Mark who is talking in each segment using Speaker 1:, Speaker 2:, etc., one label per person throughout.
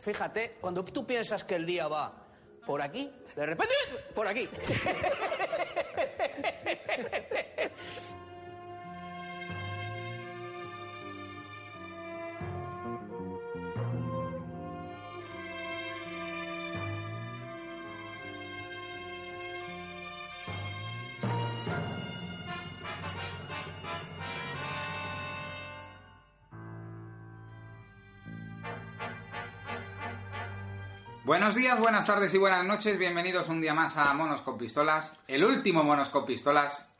Speaker 1: Fíjate, cuando tú piensas que el día va por aquí, de repente, por aquí.
Speaker 2: Buenos días, buenas tardes y buenas noches. Bienvenidos un día más a Monos con Pistolas, el último Monos con Pistolas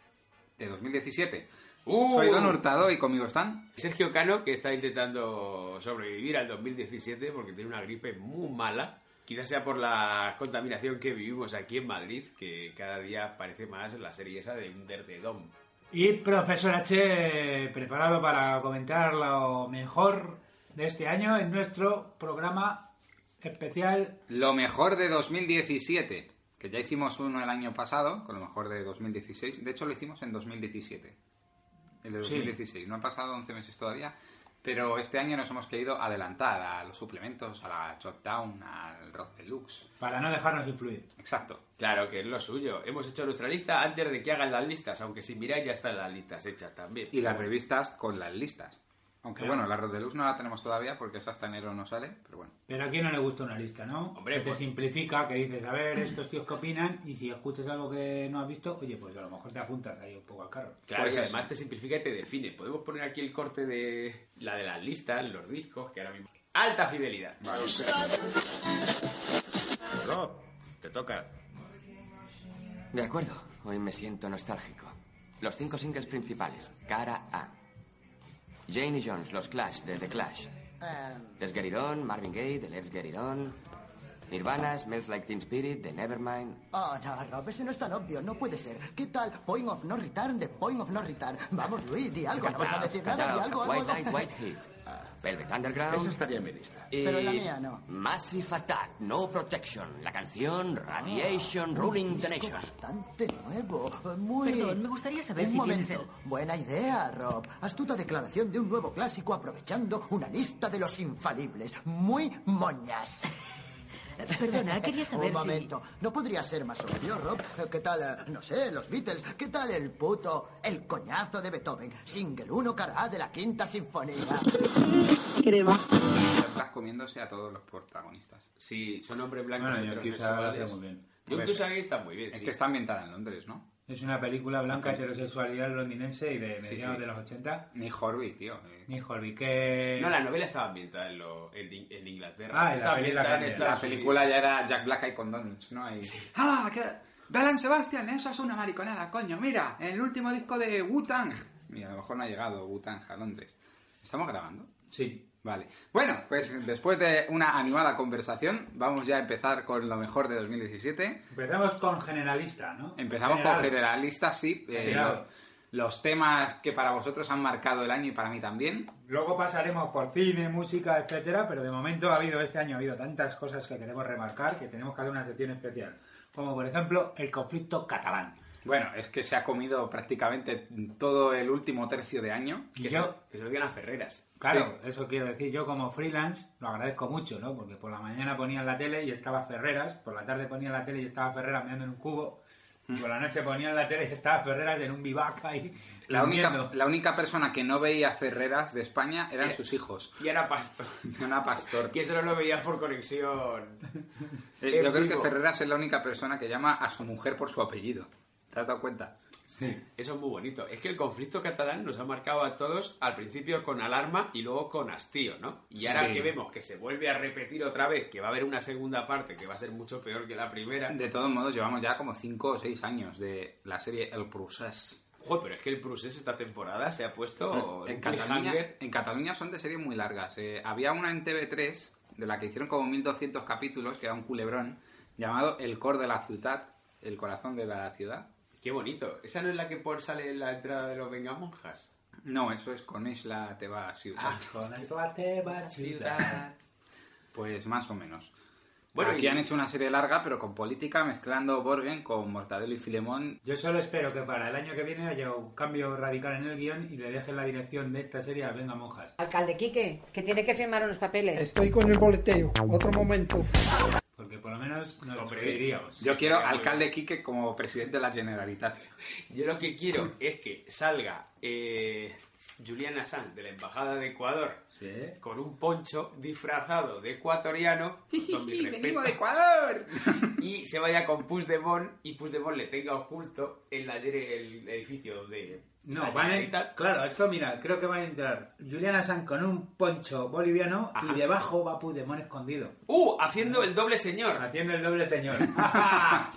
Speaker 2: de 2017.
Speaker 3: Uh.
Speaker 2: Soy Don Hurtado y conmigo están.
Speaker 3: Sergio Cano, que está intentando sobrevivir al 2017 porque tiene una gripe muy mala. Quizás sea por la contaminación que vivimos aquí en Madrid, que cada día parece más la serie esa de Under the Dome.
Speaker 4: Y profesor H, preparado para comentar lo mejor de este año en nuestro programa especial.
Speaker 2: Lo mejor de 2017, que ya hicimos uno el año pasado, con lo mejor de 2016. De hecho, lo hicimos en 2017. El de
Speaker 4: Sí.
Speaker 2: 2016. No han pasado 11 meses todavía, pero este año nos hemos querido adelantar a los suplementos, a la Shotdown, al Rock Deluxe.
Speaker 4: Para no dejarnos influir.
Speaker 2: Exacto.
Speaker 3: Claro que es lo suyo. Hemos hecho nuestra lista antes de que hagan las listas, aunque si miráis ya están las listas hechas también.
Speaker 2: y las revistas con las listas. Aunque
Speaker 4: Claro.
Speaker 2: bueno, la Red de Luz no la tenemos todavía porque esa hasta enero no sale, pero bueno.
Speaker 4: Pero a quién no le gusta una lista, ¿no?
Speaker 3: Hombre,
Speaker 4: que te
Speaker 3: pues-
Speaker 4: simplifica, que dices, a ver, estos tíos qué opinan, y si escuchas algo que no has visto, oye, pues a lo mejor te apuntas ahí un poco al carro.
Speaker 3: Claro,
Speaker 2: Pues
Speaker 3: y
Speaker 2: eso.
Speaker 3: además te simplifica y te define. Podemos poner aquí el corte de la de las listas, los discos, que ahora mismo... Alta fidelidad.
Speaker 5: Rob, te toca.
Speaker 6: De acuerdo, hoy me siento nostálgico. Los cinco singles principales, cara A. Jane y Jones, los Clash de The Clash.
Speaker 7: Eh,
Speaker 6: Let's Get It On, Marvin Gaye de Let's Get It On. Nirvana, Smells Like Teen Spirit de Nevermind.
Speaker 7: Oh, no, Rob, ese no es tan obvio, no puede ser. ¿Qué tal Point of No Return de Point of No Return? Vamos, Luis, di algo, no vas Pues a
Speaker 6: Cantaos,
Speaker 7: decir nada, di
Speaker 6: cantaos,
Speaker 7: algo, algo.
Speaker 6: White Light, White Heat. Velvet
Speaker 5: Esa
Speaker 6: Underground.
Speaker 5: estaría en mi lista.
Speaker 6: y
Speaker 7: Pero la mía no.
Speaker 6: Massive Attack, No Protection. La canción Radiation, Ruling the
Speaker 7: Ah, Disco
Speaker 6: Nation.
Speaker 7: bastante nuevo, eh, muy...
Speaker 8: Perdón, me gustaría saber
Speaker 7: Un
Speaker 8: si
Speaker 7: momento.
Speaker 8: tienes
Speaker 7: Buena idea, Rob. Astuta declaración de un nuevo clásico aprovechando una lista de los infalibles. Muy moñas.
Speaker 8: Perdona, quería saber
Speaker 7: Un momento, no podría ser más obvio, Rob. ¿Qué tal, eh, no sé, los Beatles? ¿Qué tal el puto, el coñazo de Beethoven? Single 1 cara A de la quinta sinfonía.
Speaker 2: Estás comiéndose a todos los protagonistas.
Speaker 3: Sí, son hombres blancos
Speaker 4: Bueno, Yonkis
Speaker 3: heterosexuales.
Speaker 4: ahora está muy bien.
Speaker 3: Yonkis
Speaker 2: Hombre,
Speaker 3: ahí está muy bien,
Speaker 2: Es
Speaker 3: sí.
Speaker 2: que está ambientada en Londres, ¿no?
Speaker 4: Es una película blanca
Speaker 2: Ok.
Speaker 4: heterosexualidad londinense y de mediados
Speaker 2: Sí, sí.
Speaker 4: de los 80.
Speaker 2: Ni Horby, tío. eh.
Speaker 4: Ni Horby, que...
Speaker 3: No, la novela estaba ambientada en, lo- en In- en Inglaterra.
Speaker 4: Ah, en la
Speaker 3: Estaba
Speaker 4: peli la
Speaker 3: ambientada
Speaker 4: cambian.
Speaker 3: Estados
Speaker 2: La
Speaker 3: Unidos.
Speaker 2: película ya era Jack Black y con Donuts, ¿no? Ahí. ¡Ah! Que... ¡Velan Sebastian! ¡Eso es una mariconada, coño! ¡Mira! El último disco de Wu-Tang. Mira, a lo mejor no ha llegado Wu-Tang a Londres. ¿Estamos grabando?
Speaker 4: Sí.
Speaker 2: Vale. Bueno, pues después de una animada conversación, vamos ya a empezar con lo mejor de 2017.
Speaker 4: Empezamos con Generalista, ¿no?
Speaker 2: Empezamos
Speaker 4: General.
Speaker 2: con generalista, sí. eh,
Speaker 4: General.
Speaker 2: lo- los temas que para vosotros han marcado el año y para mí también.
Speaker 4: Luego pasaremos por cine, música, etcétera, pero de momento ha habido este año ha habido tantas cosas que queremos remarcar que tenemos que hacer una sección especial, como por ejemplo el conflicto catalán.
Speaker 2: Bueno, es que se ha comido prácticamente todo el último tercio de año.
Speaker 4: Y
Speaker 3: Que,
Speaker 4: yo,
Speaker 3: se, que se lo digan a Ferreras.
Speaker 4: claro, eso quiero decir, yo como freelance lo agradezco mucho, ¿no? Porque por la mañana ponían la tele y estaba Ferreras, por la tarde ponían la tele y estaba Ferreras meando en un cubo, y por la noche ponían la tele y estaba Ferreras en un vivac ahí
Speaker 2: La única,
Speaker 4: durmiendo.
Speaker 2: la única persona que no veía Ferreras de España eran
Speaker 3: Eh.
Speaker 2: sus hijos.
Speaker 3: Y era Pasto.
Speaker 2: Ana Pastor.
Speaker 3: Que solo lo veía por conexión.
Speaker 2: Eh, Yo
Speaker 3: en
Speaker 2: creo que
Speaker 3: vivo.
Speaker 2: Ferreras es la única persona que llama a su mujer por su apellido. ¿Te has dado cuenta?
Speaker 3: Eso es muy bonito. Es que el conflicto catalán nos ha marcado a todos al principio con alarma y luego con hastío, ¿no? Y ahora
Speaker 2: Sí.
Speaker 3: que vemos que se vuelve a repetir otra vez, que va a haber una segunda parte que va a ser mucho peor que la primera.
Speaker 4: Mm.
Speaker 2: De todos modos, llevamos ya como 5 o 6 años de la serie El Procés.
Speaker 3: Joder, pero es que el Prusés esta temporada se ha puesto
Speaker 2: en,
Speaker 3: un
Speaker 2: Cataluña,
Speaker 3: cliffhanger.
Speaker 2: en Cataluña son de series muy largas. Eh, había una en TV3 de la que hicieron como 1200 capítulos, que era un culebrón, llamado El Cor de la Ciudad, El Corazón de la Ciudad.
Speaker 3: Qué bonito. ¿Esa no es la que por sale en la entrada de los Vengamonjas?
Speaker 2: No, eso es con Isla te va a Ciudad.
Speaker 3: Ah,
Speaker 4: Con eso te va a
Speaker 3: ciudad.
Speaker 2: Pues más o menos.
Speaker 3: Bueno,
Speaker 2: Aquí
Speaker 3: y-
Speaker 2: han hecho una serie larga, pero con política, mezclando Borgen con Mortadelo y Filemón.
Speaker 4: Yo solo espero que para el año que viene haya un cambio radical en el guión y le dejen la dirección de esta serie a Venga Monjas.
Speaker 9: Alcalde Quique, que tiene que firmar unos papeles.
Speaker 10: Estoy con el boleteo. Otro momento.
Speaker 4: Porque por lo menos nos lo
Speaker 3: Hombre,
Speaker 4: pediríamos.
Speaker 2: Yo quiero
Speaker 3: estaría muy
Speaker 2: alcalde Quique como presidente de la Generalitat.
Speaker 3: Yo lo que quiero es que salga eh, Juliana Assange de la Embajada de Ecuador
Speaker 4: Sí.
Speaker 3: con un poncho disfrazado de ecuatoriano con todo mi respeto,
Speaker 2: Ecuador!
Speaker 3: y se vaya con Puigdemont y Puigdemont le tenga oculto en la, el edificio de
Speaker 4: No, van a entrar. Claro, esto mira, creo que van a entrar Juliana San con un poncho boliviano
Speaker 3: Ajá.
Speaker 4: y debajo va Puigdemont escondido.
Speaker 3: ¡Uh! Haciendo el doble señor.
Speaker 4: Haciendo el doble señor.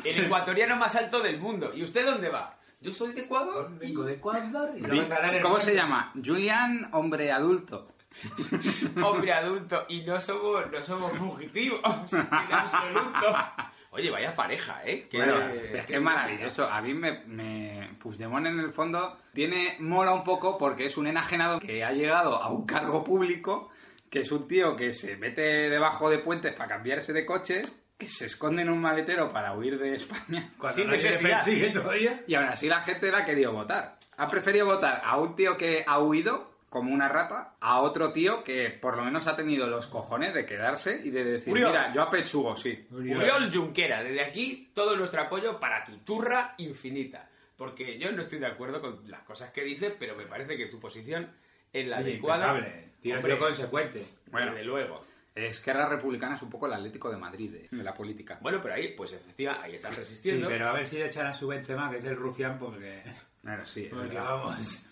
Speaker 3: el ecuatoriano más alto del mundo. ¿Y usted dónde va? Yo soy de Ecuador. y-
Speaker 4: Vengo de Ecuador y vamos a hablar en
Speaker 2: ¿Cómo
Speaker 4: el-
Speaker 2: se llama? Julian, hombre adulto.
Speaker 3: hombre adulto y no somos, no somos fugitivos en absoluto. Oye, vaya pareja, ¿eh? Qué-
Speaker 2: Bueno, es que
Speaker 3: qué-
Speaker 2: es maravilloso. A mí me, me Puigdemont en el fondo tiene mola un poco porque es un enajenado que ha llegado a un cargo público, que es un tío que se mete debajo de puentes para cambiarse de coches, que se esconde en un maletero para huir de España.
Speaker 4: Cuando
Speaker 3: Sin
Speaker 4: nadie le
Speaker 3: necesidad.
Speaker 4: persigue todavía.
Speaker 2: Y aún así la gente la ha querido votar. Ha preferido votar a un tío que ha huido como una rata, a otro tío que por lo menos ha tenido los cojones de quedarse y de decir,
Speaker 3: Uriol.
Speaker 2: mira, yo apechugo, sí.
Speaker 3: Uriol Junquera, desde aquí todo nuestro apoyo para tu turra infinita. Porque yo no estoy de acuerdo con las cosas que dices, pero me parece que tu posición es la adecuada.
Speaker 4: Impecable. Tío,
Speaker 3: Hombre,
Speaker 4: yo consecuente.
Speaker 3: bueno, de luego.
Speaker 2: Esquerra Republicana es un poco el Atlético de Madrid, eh, de la política.
Speaker 3: Bueno, pero ahí, pues efectivamente, ahí estás
Speaker 4: Sí,
Speaker 3: resistiendo.
Speaker 4: pero a ver si le echan a su Benzema, que es el rufián, porque...
Speaker 2: Bueno, sí, es
Speaker 3: Pues
Speaker 4: Porque
Speaker 2: verdad.
Speaker 4: vamos...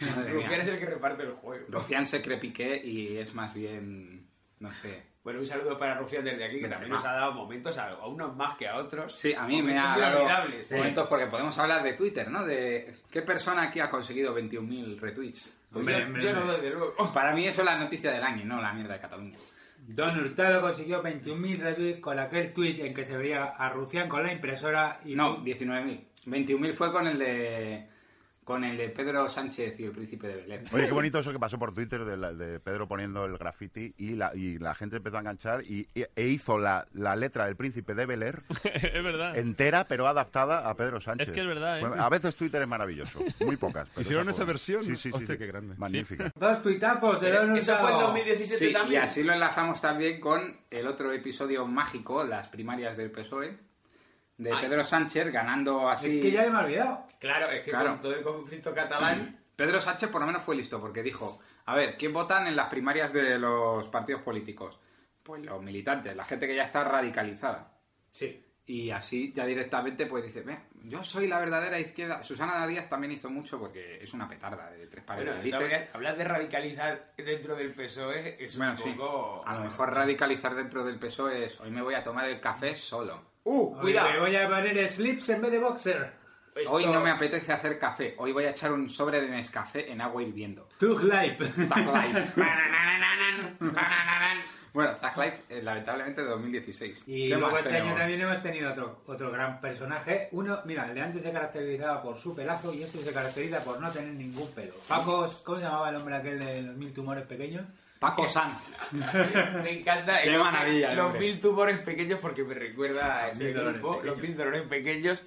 Speaker 2: Madre mía.
Speaker 3: Rufián es el que reparte el juego.
Speaker 2: Rufián se cree Piqué y es más bien, no sé.
Speaker 3: Bueno, un saludo para Rufián desde aquí, que también
Speaker 2: Benzema.
Speaker 3: nos ha dado momentos a, a unos más que a otros.
Speaker 2: Sí, a mí me ha
Speaker 3: Momentos
Speaker 2: dado
Speaker 3: inolvidables, ¿eh?
Speaker 2: momentos porque podemos hablar de Twitter, ¿no? De qué persona aquí ha conseguido 21.000 retweets.
Speaker 3: Hombre, yo,
Speaker 4: Hombre, hombre,
Speaker 3: yo no,
Speaker 4: hombre.
Speaker 3: desde luego.
Speaker 2: Para mí eso es la noticia del año, no la mierda de Cataluña.
Speaker 4: Don Hurtado consiguió 21.000 retweets con aquel tweet en que se veía a Rufián con la impresora y...
Speaker 2: No, 19.000. 21.000 fue con el de con el de Pedro Sánchez y el príncipe de Belén.
Speaker 5: Oye, qué bonito eso que pasó por Twitter de, la- de Pedro poniendo el graffiti y la, y la gente empezó a enganchar y, y- e hizo la, la letra del príncipe de Bel Air
Speaker 11: es verdad.
Speaker 5: entera, pero adaptada a Pedro Sánchez.
Speaker 11: Es que es verdad, ¿eh?
Speaker 5: Fue- a veces Twitter es maravilloso, muy pocas. pero
Speaker 11: ¿Hicieron
Speaker 5: fue
Speaker 11: esa
Speaker 5: una.
Speaker 11: versión?
Speaker 5: Sí, sí, sí.
Speaker 11: Hostia,
Speaker 5: sí.
Speaker 11: qué grande.
Speaker 5: Magnífica.
Speaker 4: Dos tuitazos de Don Hurtado.
Speaker 3: Eso fue en 2017
Speaker 2: Sí, y
Speaker 3: también.
Speaker 2: así lo enlazamos también con el otro episodio mágico, las primarias del PSOE, E, de
Speaker 3: Ay.
Speaker 2: Pedro Sánchez ganando así.
Speaker 4: Es que ya me he olvidado.
Speaker 3: Claro, es que
Speaker 2: Claro.
Speaker 3: con todo el conflicto catalán.
Speaker 2: Pedro Sánchez por lo menos fue listo porque dijo, a ver, ¿quién votan en las primarias de los partidos políticos? Pues los militantes, la gente que ya está radicalizada.
Speaker 3: Sí.
Speaker 2: Y así ya directamente pues dice, "Ve, yo soy la verdadera izquierda. Susana Díaz también hizo mucho porque es una petarda de tres pares
Speaker 3: Bueno,
Speaker 2: de narices.
Speaker 3: entonces, hablar de radicalizar dentro del PSOE es
Speaker 2: Bueno,
Speaker 3: un
Speaker 2: sí.
Speaker 3: poco...
Speaker 2: A lo mejor radicalizar dentro del PSOE E es hoy me voy a tomar el café solo.
Speaker 3: ¡Uh!
Speaker 4: Hoy me
Speaker 3: Cuidado.
Speaker 4: voy a poner slips en vez de boxer.
Speaker 3: Esto-
Speaker 2: Hoy no me apetece hacer café. Hoy voy a echar un sobre de Nescafé en agua hirviendo.
Speaker 4: Tug Life.
Speaker 2: Zack Life. bueno, Zack Life, eh, lamentablemente, de 2016.
Speaker 4: Y
Speaker 2: ¿Qué
Speaker 4: luego
Speaker 2: más
Speaker 4: este año
Speaker 2: tenemos?
Speaker 4: también hemos tenido otro, otro gran personaje. Uno, mira, el de antes se caracterizaba por su pelazo y este se caracteriza por no tener ningún pelo. Paco, ¿cómo se llamaba el hombre aquel de los mil tumores pequeños?
Speaker 2: Paco Sanz.
Speaker 3: Me encanta
Speaker 2: Qué
Speaker 3: el-
Speaker 2: maravilla, el
Speaker 3: los
Speaker 2: hombre.
Speaker 3: mil tumores pequeños porque me recuerda a ese
Speaker 4: Mil dolores
Speaker 3: grupo, los
Speaker 4: pequeños.
Speaker 3: mil dolores pequeños.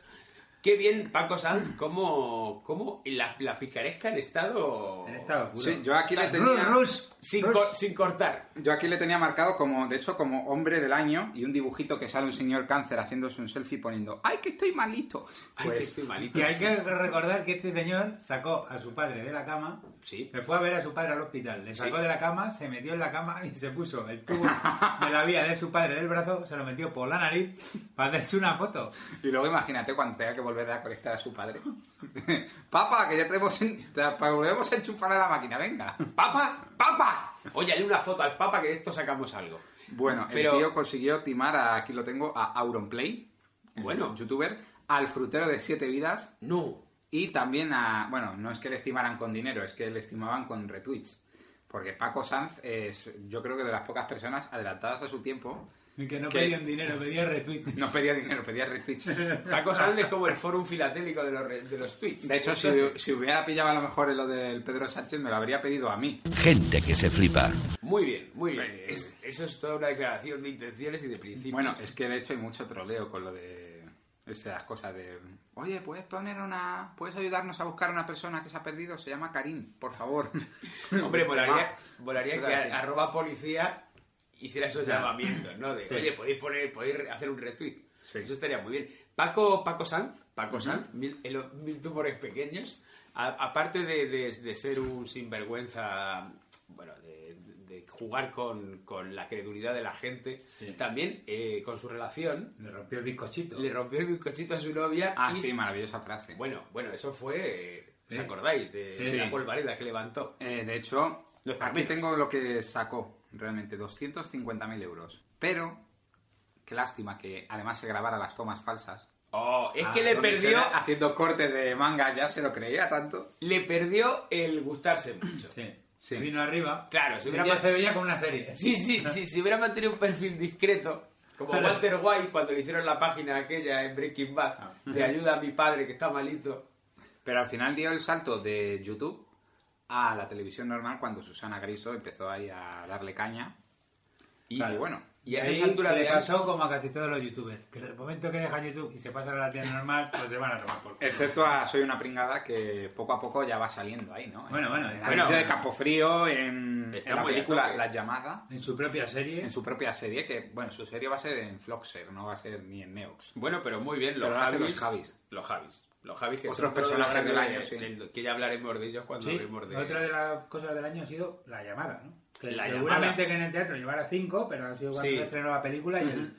Speaker 3: Qué bien, Paco Sanz, cómo, cómo la, la picaresca en estado...
Speaker 4: En estado puro.
Speaker 2: Sí, yo aquí le
Speaker 4: Rus,
Speaker 2: tenía...
Speaker 4: Rus.
Speaker 3: Sin,
Speaker 2: Pues
Speaker 4: Rus.
Speaker 3: cor- sin cortar.
Speaker 2: Yo aquí le tenía marcado como, de hecho, como hombre del año y un dibujito que sale un señor cáncer haciéndose un selfie poniendo ¡Ay, que estoy malito!
Speaker 3: Ay, que
Speaker 2: Pues
Speaker 3: estoy malito.
Speaker 4: Que hay que recordar que este señor sacó a su padre de la cama,
Speaker 3: Sí.
Speaker 4: le fue a ver a su padre al hospital, le sacó
Speaker 3: Sí.
Speaker 4: de la cama, se metió en la cama y se puso el tubo de la vía de su padre del brazo, se lo metió por la nariz para hacerse una foto.
Speaker 2: Y luego imagínate cuando tenga que volver a conectar a su padre. Papá, que ya tenemos en- te volvemos a enchufar a la máquina, venga.
Speaker 3: ¡Papa! ¡Papa! Oye, hay una foto al Papa que de esto sacamos algo.
Speaker 2: Bueno,
Speaker 3: Pero-
Speaker 2: el tío consiguió timar a, aquí lo tengo, a Auronplay,
Speaker 3: Bueno.
Speaker 2: un youtuber, al frutero de siete vidas
Speaker 3: No.
Speaker 2: y también a, bueno, no es que le estimaran con dinero, es que le estimaban con retweets. Porque Paco Sanz es, yo creo que de las pocas personas adelantadas a su tiempo
Speaker 4: Y que no
Speaker 2: ¿Qué?
Speaker 4: pedían dinero, pedían retweet.
Speaker 2: No pedía dinero, pedía retweets.
Speaker 3: Paco Salde es como el forum filatélico de los, re- de los tweets.
Speaker 2: De hecho, si, si hubiera pillado a lo mejor lo del Pedro Sánchez, me lo habría pedido a mí.
Speaker 11: Gente que se flipa.
Speaker 3: Muy bien, muy bien.
Speaker 2: Eh,
Speaker 3: Es- eso es toda una declaración de intenciones y de principios.
Speaker 2: Bueno, es que de hecho hay mucho troleo con lo de esas cosas de... Oye, ¿puedes poner una... ¿Puedes ayudarnos a buscar a una persona que se ha perdido? Se llama Karim, por favor.
Speaker 3: Hombre, volaría,
Speaker 2: Ah,
Speaker 3: volaría que
Speaker 2: claro, sí.
Speaker 3: a- arroba policía hiciera esos llamamientos, ¿no? De,
Speaker 2: Sí.
Speaker 3: oye, podéis poner, podéis hacer un retweet.
Speaker 2: Sí.
Speaker 3: Eso estaría muy bien. Paco, Paco Sanz, Paco Sanz, mil, en los mil tumores pequeños, a- aparte de, de- de ser un sinvergüenza, bueno, de, de jugar con, con la credulidad de la gente, también eh, con su relación,
Speaker 4: Le rompió el bizcochito.
Speaker 3: le rompió el bizcochito a su novia
Speaker 2: Ah,
Speaker 3: y
Speaker 2: sí, maravillosa frase.
Speaker 3: Bueno, bueno, eso fue. eh, ¿Os
Speaker 4: Sí.
Speaker 3: acordáis de
Speaker 2: Sí.
Speaker 3: la polvareda que levantó?
Speaker 2: Eh, de hecho,
Speaker 3: Los
Speaker 2: aquí
Speaker 3: partidos.
Speaker 2: tengo lo que sacó realmente, 250.000 euros. Pero, qué lástima que además se grabara las tomas falsas.
Speaker 3: Oh, es que
Speaker 2: Ah,
Speaker 3: le
Speaker 2: donde se
Speaker 3: perdió,
Speaker 2: ve Haciendo cortes de manga, ya se lo creía tanto.
Speaker 3: le perdió el gustarse mucho.
Speaker 4: Sí.
Speaker 2: Sí.
Speaker 4: Vino arriba.
Speaker 3: Claro, si
Speaker 4: Y
Speaker 3: hubiera,
Speaker 4: ya se
Speaker 3: man-
Speaker 4: veía como una serie.
Speaker 3: sí, sí, sí, si hubiera mantenido un perfil discreto, como
Speaker 4: Claro.
Speaker 3: Walter White cuando le hicieron la página aquella en Breaking Bad, de ayuda a mi padre que está malito.
Speaker 2: Pero al final dio el salto de YouTube a la televisión normal cuando Susana Griso empezó ahí a darle caña. Y
Speaker 4: Claro.
Speaker 2: bueno,
Speaker 3: Y a
Speaker 4: ahí
Speaker 3: esa altura
Speaker 4: le
Speaker 3: de
Speaker 4: pasó como a casi todos los youtubers. Que desde el momento que dejan YouTube y se pasan a la tele normal, pues se van a tomar por culo.
Speaker 2: excepto a Soy una pringada que poco a poco ya va saliendo ahí, ¿no?
Speaker 4: Bueno, bueno,
Speaker 2: en
Speaker 4: está
Speaker 2: la noticia
Speaker 4: bien.
Speaker 2: de Capofrío, en,
Speaker 3: Está
Speaker 2: en la
Speaker 3: muy a
Speaker 2: película
Speaker 3: tope.
Speaker 2: La llamada.
Speaker 4: En su propia serie.
Speaker 2: en su propia serie, que bueno, su serie va a ser en Floxer, no va a ser ni en Neox.
Speaker 3: Bueno, pero muy bien, los
Speaker 2: Pero hace
Speaker 3: Javis,
Speaker 2: los Javis.
Speaker 3: Los Javis. Los Javis que
Speaker 2: Otros
Speaker 3: son otro de los
Speaker 2: personajes del
Speaker 3: grandes
Speaker 2: año,
Speaker 3: de-
Speaker 2: sí.
Speaker 3: del- que ya hablaremos de ellos cuando
Speaker 4: Sí,
Speaker 3: hablemos de...
Speaker 4: otra de las cosas del año ha sido la llamada, ¿no? Que
Speaker 3: La
Speaker 4: seguramente
Speaker 3: llamada.
Speaker 4: que en el teatro llevara cinco, pero ha sido cuando
Speaker 3: Sí.
Speaker 4: se estrenó la película y el-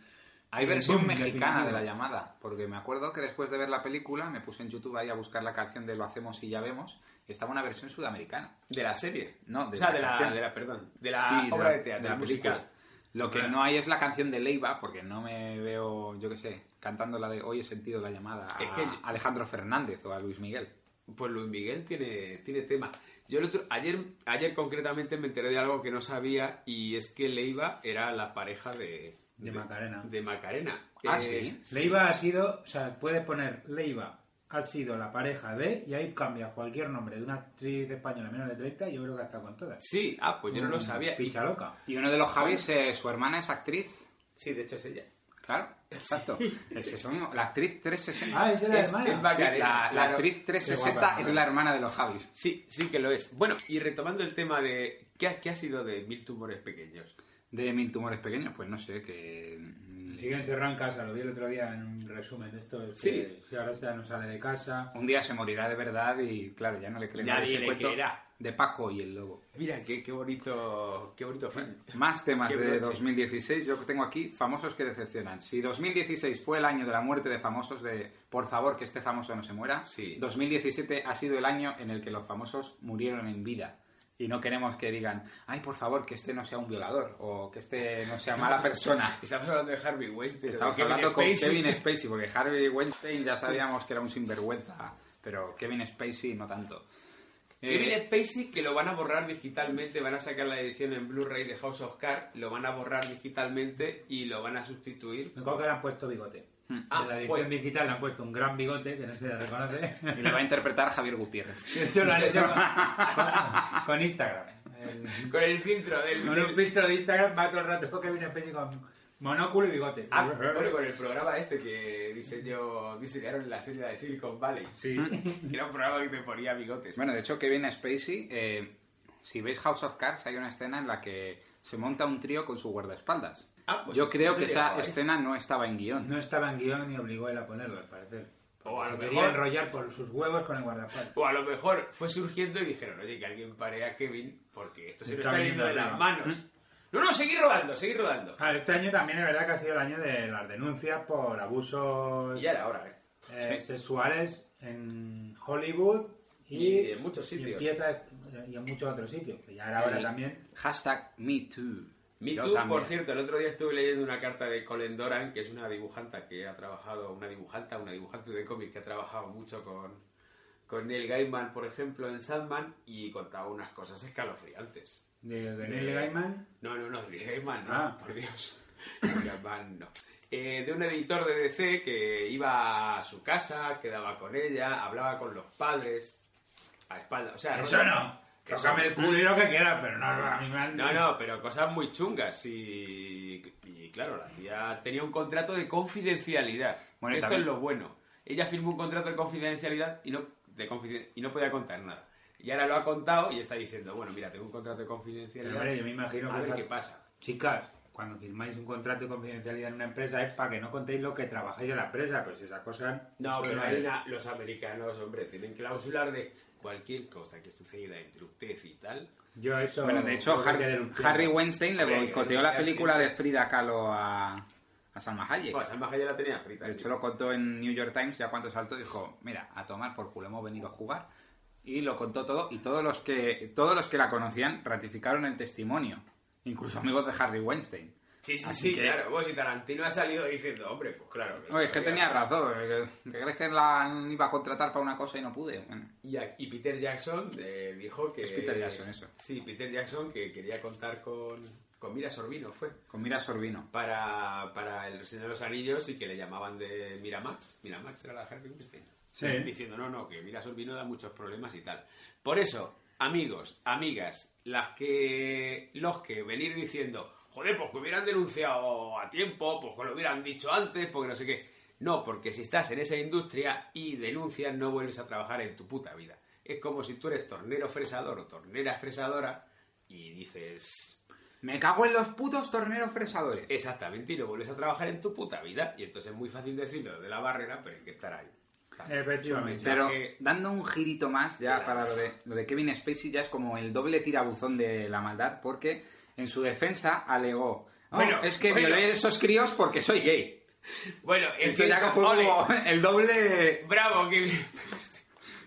Speaker 2: Hay
Speaker 4: El
Speaker 2: versión
Speaker 4: boom del
Speaker 2: mexicana de
Speaker 4: primero.
Speaker 2: la llamada, porque me acuerdo que después de ver la película me puse en YouTube ahí a buscar la canción de Lo hacemos y ya vemos, y estaba una versión sudamericana.
Speaker 3: De la serie.
Speaker 2: No, de
Speaker 3: o sea,
Speaker 2: la
Speaker 3: de, la,
Speaker 2: canción.
Speaker 3: de la, perdón, de la
Speaker 2: Sí,
Speaker 3: obra de, teatro,
Speaker 2: de la
Speaker 3: musical.
Speaker 2: película. Lo que no hay es la canción de Leiva, porque no me veo, yo qué sé, cantando la de Hoy he sentido la llamada a
Speaker 3: Es que-
Speaker 2: Alejandro Fernández o a Luis Miguel.
Speaker 3: Pues Luis Miguel tiene, tiene tema. Yo el otro- ayer, ayer concretamente me enteré de algo que no sabía y es que Leiva era la pareja de...
Speaker 4: De Macarena.
Speaker 3: De Macarena. Eh,
Speaker 2: Ah, sí.
Speaker 4: Leiva ha sido, o sea, puedes poner Leiva ha sido la pareja de y ahí cambia cualquier nombre de una actriz española menos de 30, yo creo que hasta con todas.
Speaker 3: Sí, ah, pues yo no lo
Speaker 4: Mm,
Speaker 3: sabía.
Speaker 4: Picha loca.
Speaker 2: Y uno de los Javis, eh, su hermana es actriz,
Speaker 3: Sí, de hecho es ella.
Speaker 2: claro, exacto. Es eso mismo, la actriz 360.
Speaker 4: Ah, esa es la
Speaker 3: Es- es
Speaker 4: hermana.
Speaker 3: va-
Speaker 2: Sí, la, la
Speaker 3: claro.
Speaker 2: actriz 360
Speaker 4: Qué guapa,
Speaker 2: es
Speaker 4: ¿no?
Speaker 2: la hermana de los Javis.
Speaker 3: Sí, sí que lo es. Bueno, y retomando el tema de... ¿Qué, ha- qué ha sido de Mil Tumores Pequeños?
Speaker 2: De mil tumores pequeños, pues no sé, que...
Speaker 4: Sigue encerrado en casa, lo vi el otro día en un resumen de esto. es que si ahora esta no sale de casa.
Speaker 2: Un día se morirá de verdad y, claro, ya no le creerá
Speaker 3: Nadie
Speaker 2: ese
Speaker 3: le
Speaker 2: cuento
Speaker 3: creerá.
Speaker 2: de Paco y el Lobo.
Speaker 3: Mira, qué, qué bonito... Qué bonito film.
Speaker 2: Más temas
Speaker 3: Qué
Speaker 2: de
Speaker 3: broche.
Speaker 2: 2016. Yo tengo aquí famosos que decepcionan. Si 2016 fue el año de la muerte de famosos, de por favor que este famoso no se muera,
Speaker 3: Sí.
Speaker 2: 2017 ha sido el año en el que los famosos murieron en vida. Y no queremos que digan, ay, por favor, que este no sea un violador o que este no sea mala persona.
Speaker 3: Estamos hablando de Harvey Weinstein.
Speaker 2: Estamos
Speaker 3: de Kevin
Speaker 2: hablando con
Speaker 3: Spacey.
Speaker 2: Kevin Spacey, porque Harvey Weinstein ya sabíamos que era un sinvergüenza, pero Kevin Spacey no tanto. Eh,
Speaker 3: Kevin Spacey que lo van a borrar digitalmente, van a sacar la edición en Blu-ray de House of Cards, lo van a borrar digitalmente y lo van a sustituir.
Speaker 4: Me acuerdo que le han puesto bigote.
Speaker 3: Ah,
Speaker 4: en la edición
Speaker 3: joder.
Speaker 4: digital le han puesto un gran bigote que no se le reconoce.
Speaker 2: y lo va a interpretar Javier Gutiérrez.
Speaker 4: Eso lo han hecho con, con Instagram. El-
Speaker 3: Con el filtro del...
Speaker 4: con un filtro de Instagram va todo el rato Kevin Spacey con monóculo y bigote.
Speaker 3: Ah, bueno, con el programa este que diseñó, diseñaron la serie de Silicon Valley.
Speaker 4: Sí.
Speaker 3: Que Era un programa que te ponía bigotes.
Speaker 2: Bueno, de hecho, Kevin Spacey, eh, si veis House of Cards, hay una escena en la que se monta un trío con su guardaespaldas.
Speaker 3: Ah, pues
Speaker 2: Yo
Speaker 3: eso
Speaker 2: creo
Speaker 3: no
Speaker 2: que esa
Speaker 3: llegaba, ¿eh?
Speaker 2: escena no estaba en guión.
Speaker 4: No estaba en guión ni obligó él a ponerlo, al parecer.
Speaker 3: O a lo
Speaker 4: Se quería
Speaker 3: mejor-
Speaker 4: enrollar por sus huevos con el guardaespaldas.
Speaker 3: O a lo mejor fue surgiendo y dijeron, oye, que alguien pare a Kevin porque esto se nos
Speaker 4: Está
Speaker 3: está yendo de
Speaker 4: viniendo
Speaker 3: las
Speaker 4: arriba.
Speaker 3: manos. No, no, seguir rodando, seguir rodando.
Speaker 4: Ah, este año también es verdad que ha sido el año de las denuncias por abusos
Speaker 3: Y ya era hora, ¿eh?
Speaker 4: eh,
Speaker 2: Sí.
Speaker 4: sexuales en Hollywood y,
Speaker 3: Y en muchos sitios.
Speaker 4: Y, empieza- y en muchos otros sitios. que Ya era hora también.
Speaker 2: Hashtag MeToo.
Speaker 3: Me Too, por cierto, el otro día estuve leyendo una carta de Colin Doran, que es una dibujanta que ha trabajado, una dibujanta, una dibujante de cómics que ha trabajado mucho con, con Neil Gaiman, por ejemplo, en Sandman, y contaba unas cosas escalofriantes.
Speaker 4: De Neil Gaiman.
Speaker 3: No, no, no, Neil Gaiman, no,
Speaker 4: Ah.
Speaker 3: por Dios. Batman no. Eh, de un editor de DC que iba a su casa, quedaba con ella, hablaba con los padres, a espaldas. O sea,
Speaker 4: Eso no. Tócame el culo y lo que quieras, pero no, no, a mí me han-
Speaker 3: No, no, pero cosas muy chungas. Y, y claro, la tía tenía un contrato de confidencialidad.
Speaker 2: Bueno,
Speaker 3: que
Speaker 2: y
Speaker 3: esto
Speaker 2: también-
Speaker 3: es lo bueno. Ella firmó un contrato de confidencialidad y no, de confiden- y no podía contar nada. Y ahora lo ha contado y está diciendo, bueno, mira, tengo un contrato de
Speaker 4: Pero,
Speaker 3: confidencialidad.
Speaker 4: hombre, yo me imagino
Speaker 3: a
Speaker 4: que
Speaker 3: ver
Speaker 4: esa-
Speaker 3: qué pasa.
Speaker 4: Chicas, cuando firmáis un contrato de confidencialidad en una empresa es para que no contéis lo que trabajáis en la empresa, pues esa cosa...
Speaker 3: No, pero hay una- los americanos, hombre, tienen cláusulas de cualquier cosa que suceda entre ustedes y tal.
Speaker 4: Yo eso...
Speaker 2: Bueno, de hecho,
Speaker 4: creo que
Speaker 2: Har-
Speaker 4: denunciar.
Speaker 2: Harry Weinstein le
Speaker 3: Hombre,
Speaker 2: boicoteó la
Speaker 3: denunciar
Speaker 2: película
Speaker 3: siempre.
Speaker 2: de Frida Kahlo a, a Salma Hayek.
Speaker 3: Bueno, esa magia ya la tenía frita.
Speaker 2: De
Speaker 3: sí.
Speaker 2: hecho, lo contó en New York Times, ya cuando saltó, dijo, mira, a tomar por culo hemos venido a jugar. Y lo contó todo, y todos los que, todos los que la conocían ratificaron el testimonio. Incluso amigos de Harry Weinstein.
Speaker 3: Sí, sí,
Speaker 2: Así
Speaker 3: sí,
Speaker 2: que-
Speaker 3: claro. Vos y Tarantino ha salido diciendo, hombre, pues claro. lo
Speaker 2: Oye, es que
Speaker 3: sabía".
Speaker 2: tenía razón. eh, que- ¿Te crees que la iba a contratar para una cosa y no pude? Bueno,
Speaker 3: Y, a- y Peter Jackson eh, dijo que...
Speaker 2: Es Peter Jackson, eso.
Speaker 3: Sí, Peter Jackson que quería contar con, con Mira Sorbino, fue.
Speaker 2: con Mira Sorbino.
Speaker 3: Para, para El Señor de los Anillos y que le llamaban de Miramax. Miramax era la Harvey Weinstein. Eh,
Speaker 4: Sí.
Speaker 3: Diciendo, no, no, que Mira Sorbino da muchos problemas y tal. Por eso, amigos, amigas, las que los que venir diciendo, joder, pues que hubieran denunciado a tiempo, pues que lo hubieran dicho antes, porque no sé qué. No, porque si estás en esa industria y denuncias, no vuelves a trabajar en tu puta vida. Es como si tú eres tornero fresador o tornera fresadora y dices,
Speaker 2: Me cago en los putos torneros
Speaker 3: Eh,
Speaker 2: fresadores.
Speaker 3: Exactamente, y lo vuelves a trabajar en tu puta vida. Y entonces es muy fácil decirlo de la barrera, pero hay que estar ahí.
Speaker 4: Eh, Efectivamente.
Speaker 2: Pero
Speaker 3: mensaje-
Speaker 2: dando un girito más ya
Speaker 3: Claro.
Speaker 2: para lo de, lo de Kevin Spacey ya es como el doble tirabuzón de la maldad porque en su defensa alegó "Oh,
Speaker 3: Bueno,
Speaker 2: es que
Speaker 3: bueno.
Speaker 2: violé a esos críos porque soy gay.
Speaker 3: Bueno, el
Speaker 2: Eso ya fue
Speaker 3: ole,
Speaker 2: como el doble de
Speaker 3: bravo, que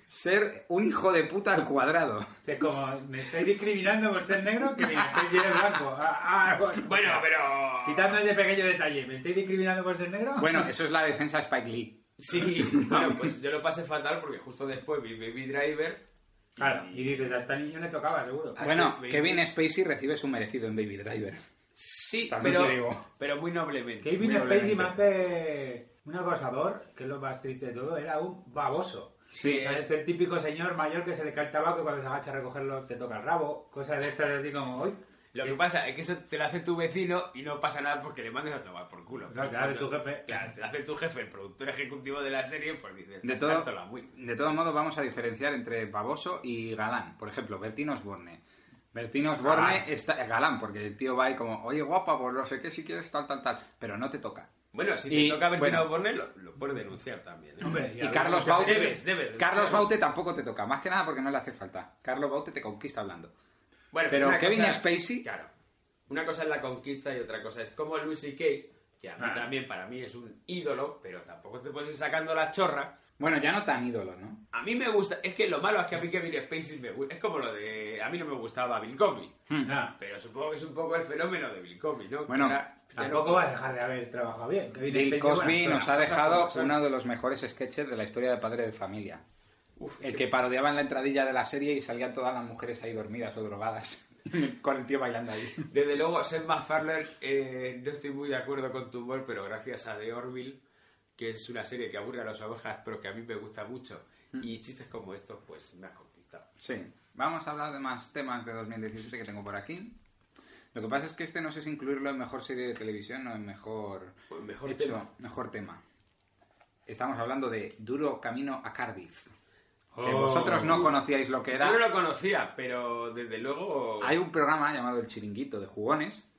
Speaker 2: ser un hijo de puta al cuadrado.
Speaker 4: Es como, me estáis discriminando por ser negro que me estáis siendo blanco. Ah, ah,
Speaker 3: Bueno, pero.
Speaker 4: Quitando ese pequeño detalle, ¿me estáis discriminando por ser negro?
Speaker 2: Bueno, eso es la defensa de Spike Lee.
Speaker 3: Sí, bueno, pues yo lo pasé fatal porque justo después vi Baby Driver.
Speaker 4: Claro, y dices, a este niño le tocaba, seguro.
Speaker 3: Ah,
Speaker 2: Bueno,
Speaker 3: sí, me-
Speaker 2: Kevin Spacey recibe su merecido en Baby Driver.
Speaker 3: Sí,
Speaker 2: También
Speaker 3: pero,
Speaker 2: te digo.
Speaker 3: pero muy noblemente.
Speaker 4: Kevin
Speaker 2: Muy
Speaker 4: Spacey,
Speaker 2: obviamente.
Speaker 4: más que un acosador, que es lo más triste de todo, era un baboso.
Speaker 2: Sí,
Speaker 4: Es el típico señor mayor que se le cae el tabaco y cuando se agacha a recogerlo te toca el rabo. Cosas de estas así como, uy,
Speaker 3: Lo que pasa es que eso te lo hace tu vecino y no pasa nada porque le mandes a tomar por culo.
Speaker 4: Claro, te lo hace tu jefe.
Speaker 3: Claro, te lo hace tu jefe, el productor ejecutivo de la serie, pues dices,
Speaker 2: De todo,
Speaker 3: "Sártala muy.
Speaker 2: de todo modo, vamos a diferenciar entre baboso y galán. Por ejemplo, Bertín Osborne. Bertín Osborne está eh, galán, porque el tío va ahí como, oye, guapa, pues no sé qué, si quieres tal, tal, tal, pero no te toca.
Speaker 3: Bueno, si te
Speaker 2: Y,
Speaker 3: toca ver
Speaker 2: bueno.
Speaker 3: bueno, Borne, lo, lo puedes denunciar también. ¿eh?
Speaker 4: Hombre,
Speaker 2: Y,
Speaker 4: Y hablando
Speaker 2: Carlos
Speaker 4: de-
Speaker 2: Baute,
Speaker 3: debes, debes.
Speaker 2: Carlos Baute tampoco te toca, más que nada porque no le hace falta. Carlos Baute te conquista hablando.
Speaker 3: Bueno,
Speaker 2: Pero
Speaker 3: una
Speaker 2: Kevin Spacey-
Speaker 3: Claro. Una cosa es la conquista y otra cosa es como Lucy Kay, que a mí
Speaker 4: Ah.
Speaker 3: también para mí es un ídolo, pero tampoco te puedes ir sacando la chorra.
Speaker 2: Bueno, ya no tan ídolo, ¿no?
Speaker 3: A mí me gusta, es que lo malo es que a mí Kevin Spacey me gusta, es como lo de, a mí no me gustaba Bill Cosby,
Speaker 4: Mm. nada.
Speaker 3: pero supongo que es un poco el fenómeno de Bill Cosby, ¿no? Que
Speaker 2: Bueno,
Speaker 3: era-
Speaker 4: Tampoco va a dejar de haber trabajado bien. Kevin
Speaker 2: Bill
Speaker 4: Spacey,
Speaker 2: Cosby
Speaker 4: bueno,
Speaker 2: nos ha
Speaker 4: pero-
Speaker 2: dejado
Speaker 4: cosas como son.
Speaker 2: uno de los mejores sketches de la historia de Padre de Familia.
Speaker 3: Uf,
Speaker 2: El
Speaker 3: qué-
Speaker 2: que parodiaba en la entradilla de la serie y salían todas las mujeres ahí dormidas o drogadas. Con el tío bailando ahí.
Speaker 3: Desde luego, Seth MacFarlane, eh, no estoy muy de acuerdo con tu humor, pero gracias a The Orville, que es una serie que aburre a las ovejas, pero que a mí me gusta mucho,
Speaker 4: Hmm.
Speaker 3: y chistes como estos, pues me has conquistado.
Speaker 2: Sí. Vamos a hablar de más temas de 2017 que tengo por aquí. Lo que pasa es que este no sé si incluirlo en mejor serie de televisión o en mejor,
Speaker 3: Pues mejor
Speaker 2: hecho-
Speaker 3: tema.
Speaker 2: mejor tema. Estamos hablando de Duro Camino a Cardiff. que
Speaker 4: Oh.
Speaker 2: vosotros no conocíais lo que era.
Speaker 3: Yo no lo conocía, pero desde luego...
Speaker 2: Hay un programa llamado El Chiringuito de Jugones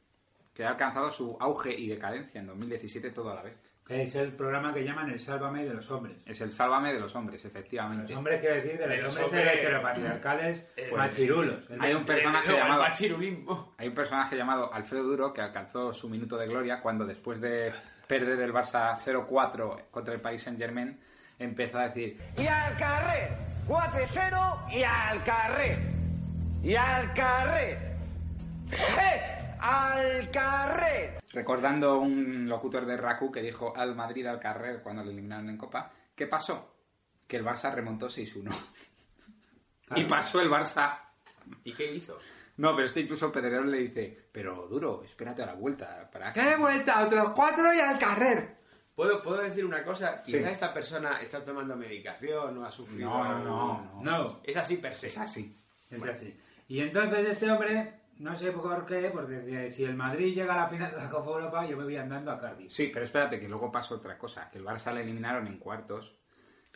Speaker 2: que ha alcanzado su auge y decadencia en 2017 todo a la vez.
Speaker 4: Que es el programa que llaman el Sálvame de los hombres.
Speaker 2: Es el Sálvame de los hombres, efectivamente.
Speaker 4: Los hombres, quiero decir, de
Speaker 3: De
Speaker 4: los
Speaker 3: los
Speaker 4: hombres
Speaker 3: hombres-
Speaker 4: heteropatriarcales
Speaker 3: Eh,
Speaker 4: machirulos.
Speaker 2: Hay un
Speaker 3: desde
Speaker 2: personaje
Speaker 3: luego, el
Speaker 2: llamado...
Speaker 3: machirulismo.
Speaker 2: Hay un personaje llamado Alfredo Duro que alcanzó su minuto de gloria cuando después de perder el Barça 0-4 contra el Paris Saint-Germain empezó a decir
Speaker 1: Y al carrer. 4-0 y al carrer. Y al carrer. ¡Eh! ¡Al carrer!
Speaker 2: recordando un locutor de Raku que dijo al Madrid al carrer cuando le eliminaron en Copa, ¿qué pasó? Que el Barça remontó 6-1. Y pasó el Barça
Speaker 3: ¿Y qué hizo?
Speaker 2: No, pero es que incluso Pedrerón le dice, pero duro, espérate a la vuelta. ¿Para qué vuelta? Otros cuatro y al carrer.
Speaker 3: ¿Puedo, ¿Puedo decir una cosa?
Speaker 2: Sí.
Speaker 3: Quizá esta persona está tomando medicación o ha sufrido...
Speaker 4: No, no, no,
Speaker 3: algún-
Speaker 4: no.
Speaker 3: Es así per se.
Speaker 2: Es así.
Speaker 4: Es así. Y entonces este hombre, no sé por qué, porque decía, si el Madrid llega a la final de la Copa Europa, yo me voy andando a Cardiff.
Speaker 2: Sí, pero espérate, que luego pasó otra cosa. Que el Barça le eliminaron en cuartos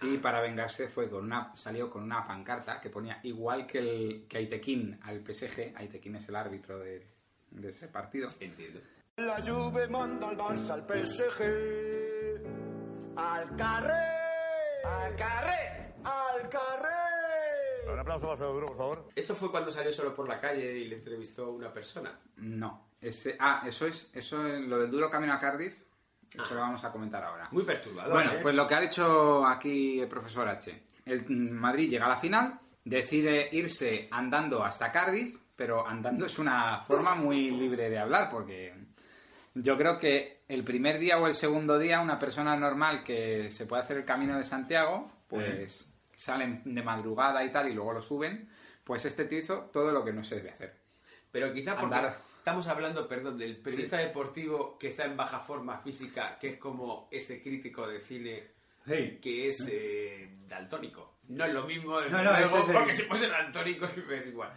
Speaker 2: y para vengarse fue con una salió con una pancarta que ponía igual que el que Aitequín al PSG. Aitequín es el árbitro de, de ese partido.
Speaker 3: Entiendo.
Speaker 11: La Juve manda al Barça al PSG. Al carré. Al carré. Al carré.
Speaker 12: Un aplauso para Fedoduro, por favor.
Speaker 3: Esto fue cuando salió solo por la calle y le entrevistó una persona.
Speaker 2: No. Ese, ah, eso es, eso es lo del duro camino a Cardiff. Eso lo vamos a comentar ahora.
Speaker 3: Muy perturbador.
Speaker 2: Bueno,
Speaker 3: ¿eh?
Speaker 2: pues lo que ha hecho aquí el profesor H. El Madrid llega a la final, decide irse andando hasta Cardiff, pero andando es una forma muy libre de hablar, porque yo creo que el primer día o el segundo día una persona normal que se puede hacer el camino de Santiago, pues salen de madrugada y tal y luego lo suben, pues este tío hizo todo lo que no se debe hacer.
Speaker 3: Pero quizá porque
Speaker 2: Andar.
Speaker 3: estamos hablando, perdón, del periodista deportivo que está en baja forma física, que es como ese crítico de cine
Speaker 4: Sí.
Speaker 3: que es eh, daltónico. No es lo mismo,
Speaker 4: No, no,
Speaker 3: luego,
Speaker 4: este es el-
Speaker 3: porque si fuese daltónico y ver igual.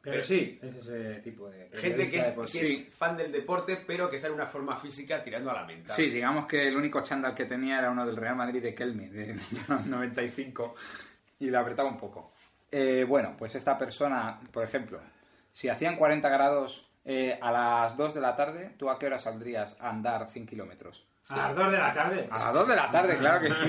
Speaker 4: Pero, sí, es ese tipo de...
Speaker 3: Gente que,
Speaker 4: periodista
Speaker 3: es,
Speaker 4: deportivo.
Speaker 3: que es fan del deporte, pero que está en una forma física tirando a la mental.
Speaker 2: Sí, digamos que el único chándal que tenía era uno del Real Madrid de Kelme, de 95, y le apretaba un poco. Eh, bueno, pues esta persona, por ejemplo, si hacían 40 grados eh, a las 2 de la tarde, ¿tú a qué hora saldrías a andar 100 kilómetros?
Speaker 4: A las 2 de la tarde.
Speaker 2: A las 2 de la tarde, claro que sí.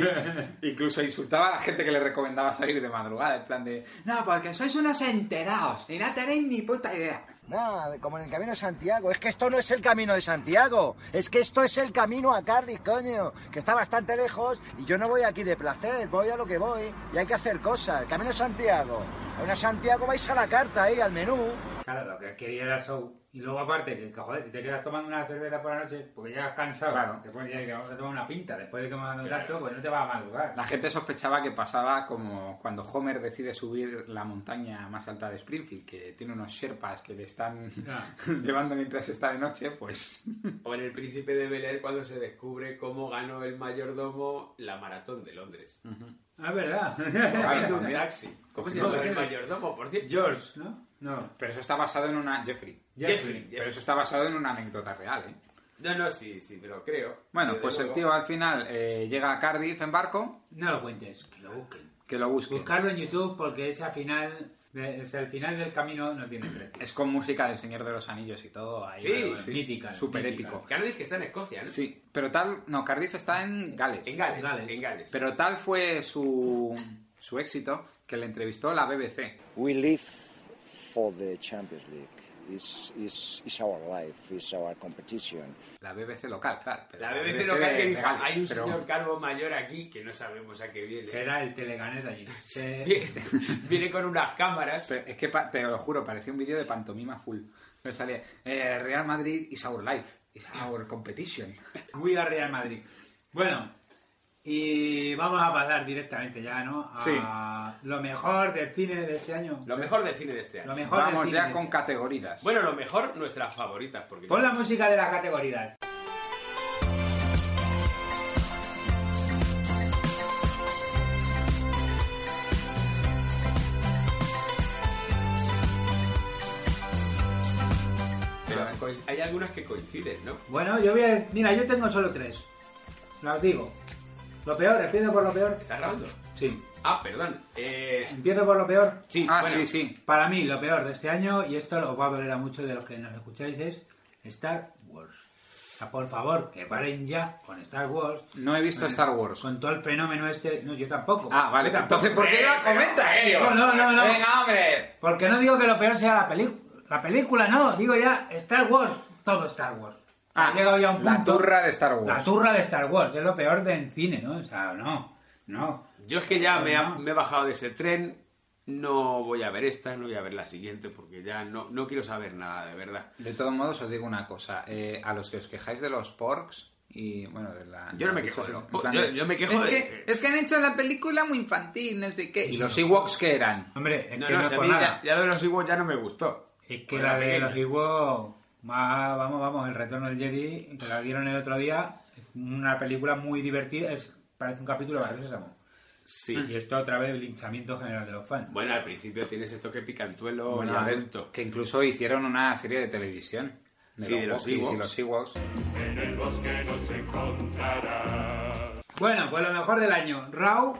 Speaker 2: Incluso insultaba a la gente que le recomendaba salir de madrugada, en plan de... No, porque sois unos enterados y no tenéis ni puta idea.
Speaker 13: Nada, como en el camino de Santiago. Es que esto no es el camino de Santiago. Es que esto es el camino a Cardiff, coño. Que está bastante lejos y yo no voy aquí de placer. Voy a lo que voy y hay que hacer cosas. El camino de Santiago. El camino de Santiago vais a la carta ahí, al menú.
Speaker 4: Claro, lo que quería era show. Y luego aparte, que joder, si te quedas tomando una cerveza por la noche, porque llegas cansado,
Speaker 2: Claro.
Speaker 4: te pones ya que vamos a tomar una pinta después de que hemos dado un rato, pues no te vas a madrugar.
Speaker 2: La gente sospechaba que pasaba como cuando Homer decide subir la montaña más alta de Springfield, que tiene unos sherpas que le están
Speaker 4: Ya.
Speaker 2: llevando mientras está de noche, pues
Speaker 3: O en El Príncipe de Bel Air cuando se descubre cómo ganó el mayordomo la maratón de Londres.
Speaker 4: Ah, es verdad.
Speaker 2: Claro,
Speaker 4: Tú,
Speaker 2: también.
Speaker 4: taxi.
Speaker 3: ¿Cómo se
Speaker 4: No,
Speaker 3: llama el
Speaker 4: es
Speaker 3: mayordomo, por cierto?
Speaker 4: George, ¿no? No.
Speaker 2: Pero eso está basado en una... Jeffrey.
Speaker 4: Jeffrey.
Speaker 2: Pero eso está basado en una anécdota real, ¿eh?
Speaker 3: No, no, sí, sí, te lo creo.
Speaker 2: Bueno,
Speaker 3: Desde
Speaker 2: pues el
Speaker 3: luego.
Speaker 2: tío al final eh, llega a Cardiff en barco,
Speaker 4: No lo cuentes, que lo busquen.
Speaker 2: que lo busque.
Speaker 4: Buscarlo en YouTube porque esa final, de- o sea, el final del camino no tiene precio.
Speaker 2: Es con música del Señor de los Anillos y todo. Ahí,
Speaker 3: Sí,
Speaker 2: pero
Speaker 3: sí.
Speaker 4: Mítica.
Speaker 2: Súper
Speaker 4: mítica.
Speaker 2: épico.
Speaker 3: Cardiff que está en Escocia, ¿no?
Speaker 2: Sí, pero tal... No, Cardiff está en Gales.
Speaker 3: En Gales,
Speaker 4: En Gales.
Speaker 3: en Gales.
Speaker 2: Pero tal fue su, su éxito que le entrevistó la BBC.
Speaker 13: We live for the Champions League. It's, our life, it's our competition.
Speaker 2: La BBC local, claro. pero
Speaker 3: la BBC lo que hay
Speaker 2: de-
Speaker 3: que
Speaker 2: de
Speaker 3: dijo,
Speaker 2: Gales,
Speaker 3: hay un
Speaker 2: pero-
Speaker 3: señor calvo mayor aquí que no sabemos a qué
Speaker 4: Que
Speaker 3: viene.
Speaker 4: era el teleganet allí. Eh,
Speaker 3: Viene, viene con unas cámaras.
Speaker 2: pero Es que pa- te lo juro, parecía un vídeo de pantomima full. Me salía eh, Real Madrid is our life, is our competition.
Speaker 4: We are Real Madrid. Bueno, y vamos a pasar directamente ya, ¿no? A lo mejor del cine de este año.
Speaker 3: Lo mejor del cine de este
Speaker 4: Lo
Speaker 3: año.
Speaker 4: mejor del
Speaker 2: Vamos
Speaker 4: cine
Speaker 2: ya
Speaker 4: de
Speaker 2: con
Speaker 4: este año.
Speaker 2: categorías.
Speaker 3: Bueno, lo mejor, nuestras favoritas. Porque
Speaker 4: Pon la música de las categorías.
Speaker 3: pero co- hay algunas que coinciden, ¿no?
Speaker 4: Bueno, yo voy a... Mira, yo tengo solo tres. Las digo. Lo peor, empiezo por lo peor.
Speaker 3: ¿Estás grabando?
Speaker 4: Sí.
Speaker 3: Ah, perdón. Eh,
Speaker 4: Empiezo por lo peor.
Speaker 3: sí,
Speaker 2: ah,
Speaker 3: bueno,
Speaker 2: sí, sí.
Speaker 4: Para mí, lo peor de este año, y esto os va a doler a muchos de los que nos escucháis, es Star Wars. O sea, por favor, que paren ya con Star Wars.
Speaker 2: No he visto
Speaker 4: Eh,
Speaker 2: Star Wars.
Speaker 4: Con todo el fenómeno este. No, yo tampoco.
Speaker 2: Ah, vale.
Speaker 4: Yo tampoco.
Speaker 2: Entonces, ¿por qué la comentas, tío?
Speaker 4: No, no, no, no.
Speaker 2: Venga, hombre.
Speaker 4: Porque no digo que lo peor sea la película. La película, no. Digo ya Star Wars. Todo Star Wars.
Speaker 2: Ah,
Speaker 4: Ha llegado ya a un
Speaker 2: la
Speaker 4: punto-
Speaker 2: turra de Star Wars.
Speaker 4: La turra de Star Wars. Es lo peor del cine, ¿no? O sea, no. No.
Speaker 3: Yo es que ya me, ha- me he bajado de ese tren. No voy a ver esta, no voy a ver la siguiente porque ya no, no quiero saber nada, de verdad.
Speaker 2: De todos modos, os digo una cosa. eh, a los que os quejáis de los porks y, bueno, de la...
Speaker 3: Yo no me
Speaker 2: de
Speaker 3: quejo
Speaker 2: los
Speaker 3: de los
Speaker 2: bichos,
Speaker 3: por-
Speaker 2: en plan
Speaker 3: yo-
Speaker 2: de-
Speaker 3: yo me quejo
Speaker 2: es
Speaker 3: de-
Speaker 2: Que, es que han hecho la película muy infantil, no sé qué. ¿Y los Ewoks qué eran?
Speaker 4: Hombre, es
Speaker 3: No,
Speaker 4: que
Speaker 3: no,
Speaker 4: no es
Speaker 3: si a
Speaker 4: por
Speaker 3: mí
Speaker 4: nada.
Speaker 3: ya, ya lo de los Ewoks ya no me gustó.
Speaker 4: Es que
Speaker 3: Cuando
Speaker 4: la
Speaker 3: era
Speaker 4: de
Speaker 3: pequeño.
Speaker 4: los Ewoks, más, vamos, vamos, el retorno del Jedi, que la vieron el otro día, es una película muy divertida, es, parece un capítulo de Barrio Sésamo.
Speaker 3: Sí.
Speaker 4: Y esto otra vez el linchamiento general de los fans.
Speaker 3: Bueno, al principio tienes ese toque picantuelo
Speaker 2: Bueno,
Speaker 3: ya
Speaker 2: a ver,
Speaker 3: adulto.
Speaker 2: que incluso hicieron una serie de televisión. De
Speaker 3: Sí, de los
Speaker 2: Wookiees y
Speaker 3: Ewoks.
Speaker 2: los Ewoks.
Speaker 12: En el bosque nos encontrarás.
Speaker 4: Bueno, pues lo mejor del año. Raw,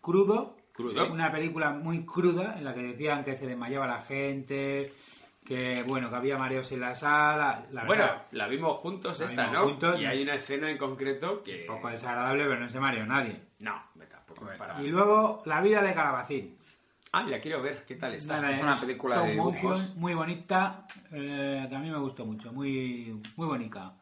Speaker 4: crudo,
Speaker 3: Crudo.
Speaker 4: una película muy cruda en la que decían que se desmayaba la gente, que bueno, que había mareos en la sala. La
Speaker 3: bueno,
Speaker 4: verdad,
Speaker 3: la vimos juntos
Speaker 4: La
Speaker 3: esta,
Speaker 4: vimos
Speaker 3: ¿no?
Speaker 4: juntos.
Speaker 3: Y hay una escena en concreto que...
Speaker 4: un poco desagradable, pero no se mareó nadie.
Speaker 3: No, me tampoco es para...
Speaker 4: Y luego, La vida de Calabacín.
Speaker 3: Ah, la quiero ver, ¿qué tal está?
Speaker 4: Nada, eh.
Speaker 3: es una película
Speaker 4: stop
Speaker 3: de
Speaker 4: motion,
Speaker 3: dibujos.
Speaker 4: muy bonita, eh, que a mí me gustó mucho, muy, muy bonita.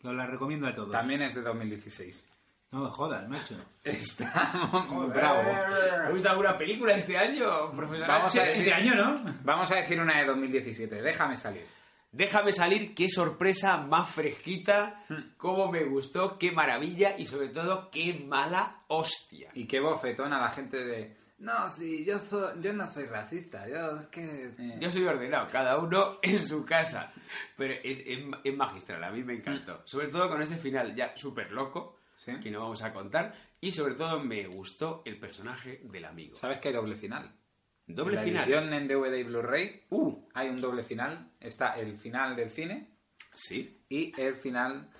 Speaker 4: Que os la recomiendo a todos.
Speaker 2: También es de 2016.
Speaker 4: No me jodas, macho.
Speaker 2: Estamos
Speaker 3: ¿Te gusta alguna película este año, profesor?
Speaker 2: Vamos a
Speaker 3: H?
Speaker 2: decir-
Speaker 4: Este año, ¿no?
Speaker 2: Vamos a decir una de 2017. Déjame salir.
Speaker 3: Déjame salir, qué sorpresa más fresquita,
Speaker 4: Hmm.
Speaker 3: cómo me gustó, qué maravilla y sobre todo qué mala hostia.
Speaker 2: Y qué bofetón a la gente de... No, sí, yo, so- yo no soy racista. Yo es que... eh".
Speaker 3: Yo soy ordenado, cada uno en su casa. Pero es, es, es magistral, a mí me
Speaker 2: Mm.
Speaker 3: encantó. Sobre todo con ese final ya súper loco, que no vamos a contar. Y sobre todo me gustó el personaje del amigo.
Speaker 2: ¿Sabes que hay doble final?
Speaker 3: Doble
Speaker 2: En
Speaker 3: final. Uh,
Speaker 2: La edición en DVD y Blu-ray uh, hay un doble final. Está el final del cine
Speaker 3: Sí.
Speaker 2: y el final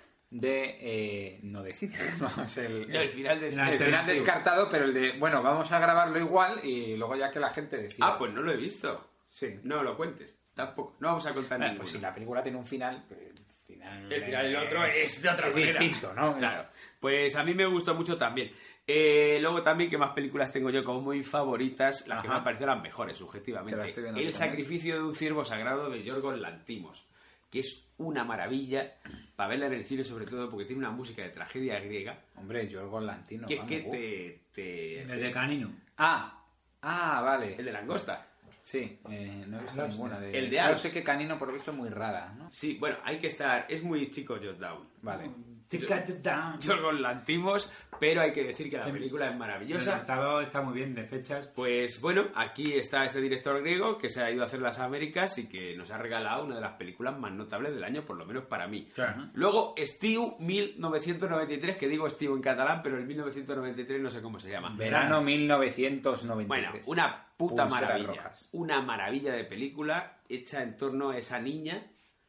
Speaker 2: de... eh, no de cine. Vamos, el,
Speaker 3: No, el final de-
Speaker 2: el
Speaker 3: El alternativo.
Speaker 2: final descartado, pero el de... Bueno, vamos a grabarlo igual y luego ya que la gente decida.
Speaker 3: Ah, pues no lo he visto.
Speaker 2: Sí.
Speaker 3: No lo cuentes, tampoco. No vamos a contar
Speaker 2: Bueno,
Speaker 3: nada.
Speaker 2: pues si la película tiene un final... pues, El final,
Speaker 3: El final del otro es de otra
Speaker 2: Eh, es
Speaker 3: manera.
Speaker 2: distinto, ¿no?
Speaker 3: Claro. Pues a mí me gustó mucho también. Eh, luego también, ¿qué más películas tengo yo como muy favoritas? Las que me
Speaker 2: Ajá.
Speaker 3: han parecido las mejores,
Speaker 2: Te
Speaker 3: subjetivamente.
Speaker 2: las estoy viendo
Speaker 3: El
Speaker 2: aquí también.
Speaker 3: sacrificio de un ciervo sagrado de Yorgos Lantimos, que es una maravilla para verla en el cine, sobre todo porque tiene una música de tragedia griega.
Speaker 2: Hombre, Yorgos Lantimos,
Speaker 3: Que es
Speaker 2: vamos,
Speaker 3: que
Speaker 2: uh.
Speaker 3: te... te-
Speaker 4: El de Canino.
Speaker 2: Ah, ah, vale.
Speaker 3: El de langosta.
Speaker 2: Sí, eh, no he visto ninguna de
Speaker 3: El de
Speaker 2: Yo
Speaker 3: Alf.
Speaker 2: sé que Canino por lo visto es muy rara, ¿no?
Speaker 3: Sí, bueno, hay que estar... Es muy chico Jotdown.
Speaker 2: Vale.
Speaker 4: Chica, chica.
Speaker 3: Yorgos Lantimos, pero hay que decir que
Speaker 4: Em,
Speaker 3: la película es
Speaker 4: El
Speaker 3: maravillosa.
Speaker 4: resultado está muy bien de fechas.
Speaker 3: Pues bueno, aquí está este director griego que se ha ido a hacer las Américas y que nos ha regalado una de las películas más notables del año, por lo menos para mí. Luego, Steve 1993, que digo Steve en catalán, pero el 1993 no sé cómo se llama.
Speaker 2: Verano 1993.
Speaker 3: Bueno, una puta
Speaker 2: Pulseras
Speaker 3: maravilla.
Speaker 2: rojas.
Speaker 3: Una maravilla de película hecha en torno a esa niña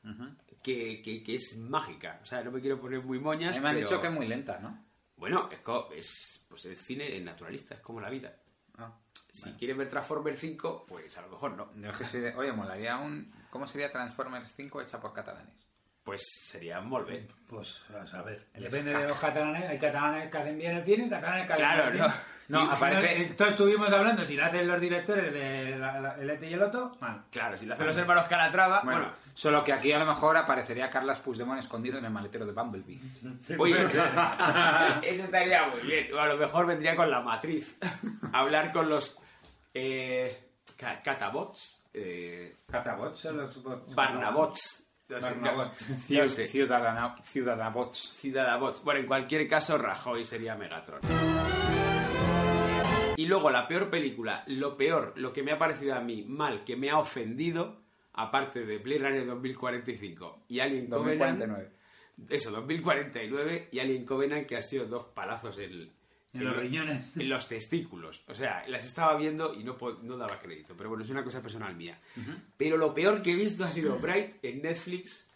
Speaker 2: Ujú.
Speaker 3: que, que- que es mágica. O sea, no me quiero poner muy
Speaker 2: A
Speaker 3: moñas.
Speaker 2: mí Me han
Speaker 3: pero-
Speaker 2: dicho que es muy lenta, ¿no?
Speaker 3: Bueno, es, co- es pues el cine es naturalista, es como la vida.
Speaker 2: Ah,
Speaker 3: Si quieres ver Transformers 5, pues a lo mejor no.
Speaker 2: Yo es que soy de- Oye, molaría un... ¿Cómo sería Transformers 5 hecha por catalanes?
Speaker 3: Pues sería muy bien.
Speaker 4: Pues a saber. Depende de los catalanes. Hay catalanes que hacen bien el cine y catalanes que hacen
Speaker 3: Claro,
Speaker 4: mal el cine.
Speaker 2: no. No,
Speaker 4: Y
Speaker 2: aparece-
Speaker 4: Esto estuvimos hablando. Si lo hacen los directores de la- la- El Este y el Otto, mal.
Speaker 3: Claro, si lo hacen los hermanos Calatrava,
Speaker 2: Bueno,
Speaker 3: Ah, bueno.
Speaker 2: solo que aquí a lo mejor aparecería Carlas Puigdemont escondido en el maletero de Bumblebee.
Speaker 3: oye, eso estaría muy bien. O a lo mejor vendría con la matriz. Hablar con los eh, ca- catabots, eh,
Speaker 4: Catabots son los bots.
Speaker 3: barnabots. los-
Speaker 4: Barnabots.
Speaker 3: No sé,
Speaker 2: Ciudadana, Ciudadanabots.
Speaker 3: Ciudadabots. Bueno, en cualquier caso, Rajoy sería Megatron. Y luego la peor película, lo peor, lo que me ha parecido a mí mal, que me ha ofendido, aparte de Blade Runner 2045 y Alien Covenant,
Speaker 2: 2049.
Speaker 3: eso, 2049 y Alien Covenant que ha sido dos palazos en,
Speaker 4: En los riñones.
Speaker 3: en los testículos. O sea, las estaba viendo y no, po- no daba crédito, pero bueno, es una cosa personal mía. Pero lo peor que he visto ha sido Bright en Netflix.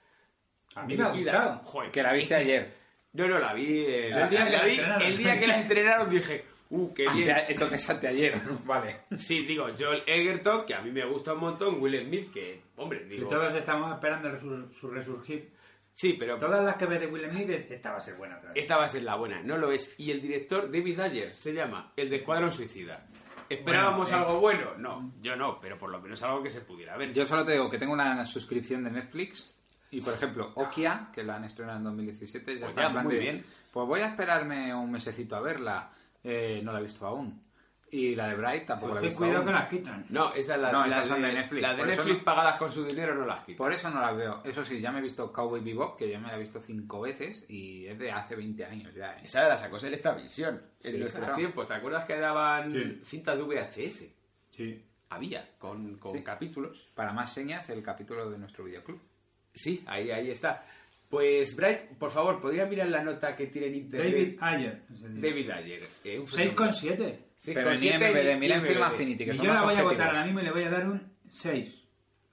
Speaker 4: A mí me ha
Speaker 3: dirigida-
Speaker 4: gustado.
Speaker 3: Joder,
Speaker 2: Que la viste ayer.
Speaker 3: No, no, la vi. eh,
Speaker 2: El día
Speaker 3: la-
Speaker 2: que
Speaker 3: la
Speaker 2: la
Speaker 3: vi-
Speaker 2: estrenaron.
Speaker 3: el día que la estrenaron dije, uh, qué bien.
Speaker 2: Antea- entonces anteayer, vale.
Speaker 3: Sí, digo, Joel Egerton, que a mí me gusta un montón, Will Smith, que, hombre,
Speaker 4: Y
Speaker 3: digo...
Speaker 4: todos estamos esperando resur- su resurgir.
Speaker 3: Sí, pero
Speaker 4: Todas las que ves de Will Smith, es- esta va a ser buena otra vez.
Speaker 3: esta va a ser la buena, no lo es. Y el director, David Ayer, se llama El de Escuadrón Suicida. ¿Esperábamos
Speaker 4: Bueno, eh.
Speaker 3: algo bueno? No, yo no, pero por lo menos algo que se pudiera ver.
Speaker 2: Yo solo te digo que tengo una suscripción de Netflix y, por ejemplo, Okia, que la han estrenado en 2017, ya
Speaker 3: Pues
Speaker 2: está
Speaker 3: ya,
Speaker 2: en plan
Speaker 3: muy
Speaker 2: de,
Speaker 3: bien.
Speaker 2: Pues voy a esperarme un mesecito a verla. Eh, no la he visto aún. Y la de Bright tampoco
Speaker 4: Pues
Speaker 2: la he
Speaker 4: ten
Speaker 2: visto
Speaker 4: cuidado
Speaker 2: aún.
Speaker 4: que las quitan.
Speaker 3: No, esta es la,
Speaker 2: No,
Speaker 3: la
Speaker 2: esas son de Netflix,
Speaker 3: La de
Speaker 2: por eso
Speaker 3: Netflix
Speaker 2: no.
Speaker 3: pagadas con su dinero no las quita.
Speaker 2: Por eso no la veo. Eso sí, ya me he visto Cowboy Bebop, que ya me la he visto cinco veces y es de hace 20 años ya. ¿eh?
Speaker 3: Esa la sacó Selecta Visión en
Speaker 2: Sí,
Speaker 3: nuestros
Speaker 2: claro.
Speaker 3: tiempos. ¿Te acuerdas que daban
Speaker 4: Sí.
Speaker 3: cintas de VHS?
Speaker 4: Sí.
Speaker 3: había con, con
Speaker 2: Sí.
Speaker 3: capítulos.
Speaker 2: Para más señas, el capítulo de nuestro videoclub.
Speaker 3: Sí, ahí, ahí está. Pues, Bright, por favor, ¿podría mirar la nota que tiene en internet?
Speaker 4: David ah. Ayer.
Speaker 3: David Ayer. eh, un
Speaker 4: 6,7.
Speaker 3: Seis con siete y- y IMDb.
Speaker 4: Y yo la voy a votar ahora mismo y le voy a dar un 6.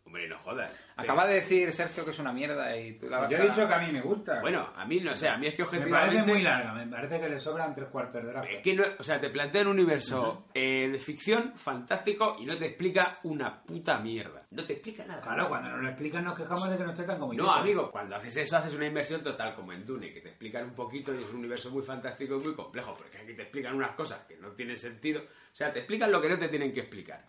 Speaker 3: Hombre, no jodas.
Speaker 2: Acaba de decir Sergio que es una mierda y tú la vas
Speaker 4: Pues Yo he
Speaker 2: a-
Speaker 4: dicho que a mí me gusta.
Speaker 3: Bueno, a mí no sé, a mí es que
Speaker 4: me
Speaker 3: objetivamente...
Speaker 4: parece muy larga, me parece que le sobran tres cuartos
Speaker 3: Es
Speaker 4: de draft.
Speaker 3: que no- o sea, te plantea un universo eh, de ficción fantástico y no te explica una puta mierda. No te explica nada.
Speaker 4: Claro, cuando nos lo explican nos quejamos de que nos tratan como
Speaker 3: No,
Speaker 4: idiotas.
Speaker 3: amigo, cuando haces eso haces una inversión total como en Dune, que te explican un poquito y es un universo muy fantástico y muy complejo, porque aquí te explican unas cosas que no tienen sentido. O sea, te explican lo que no te tienen que explicar.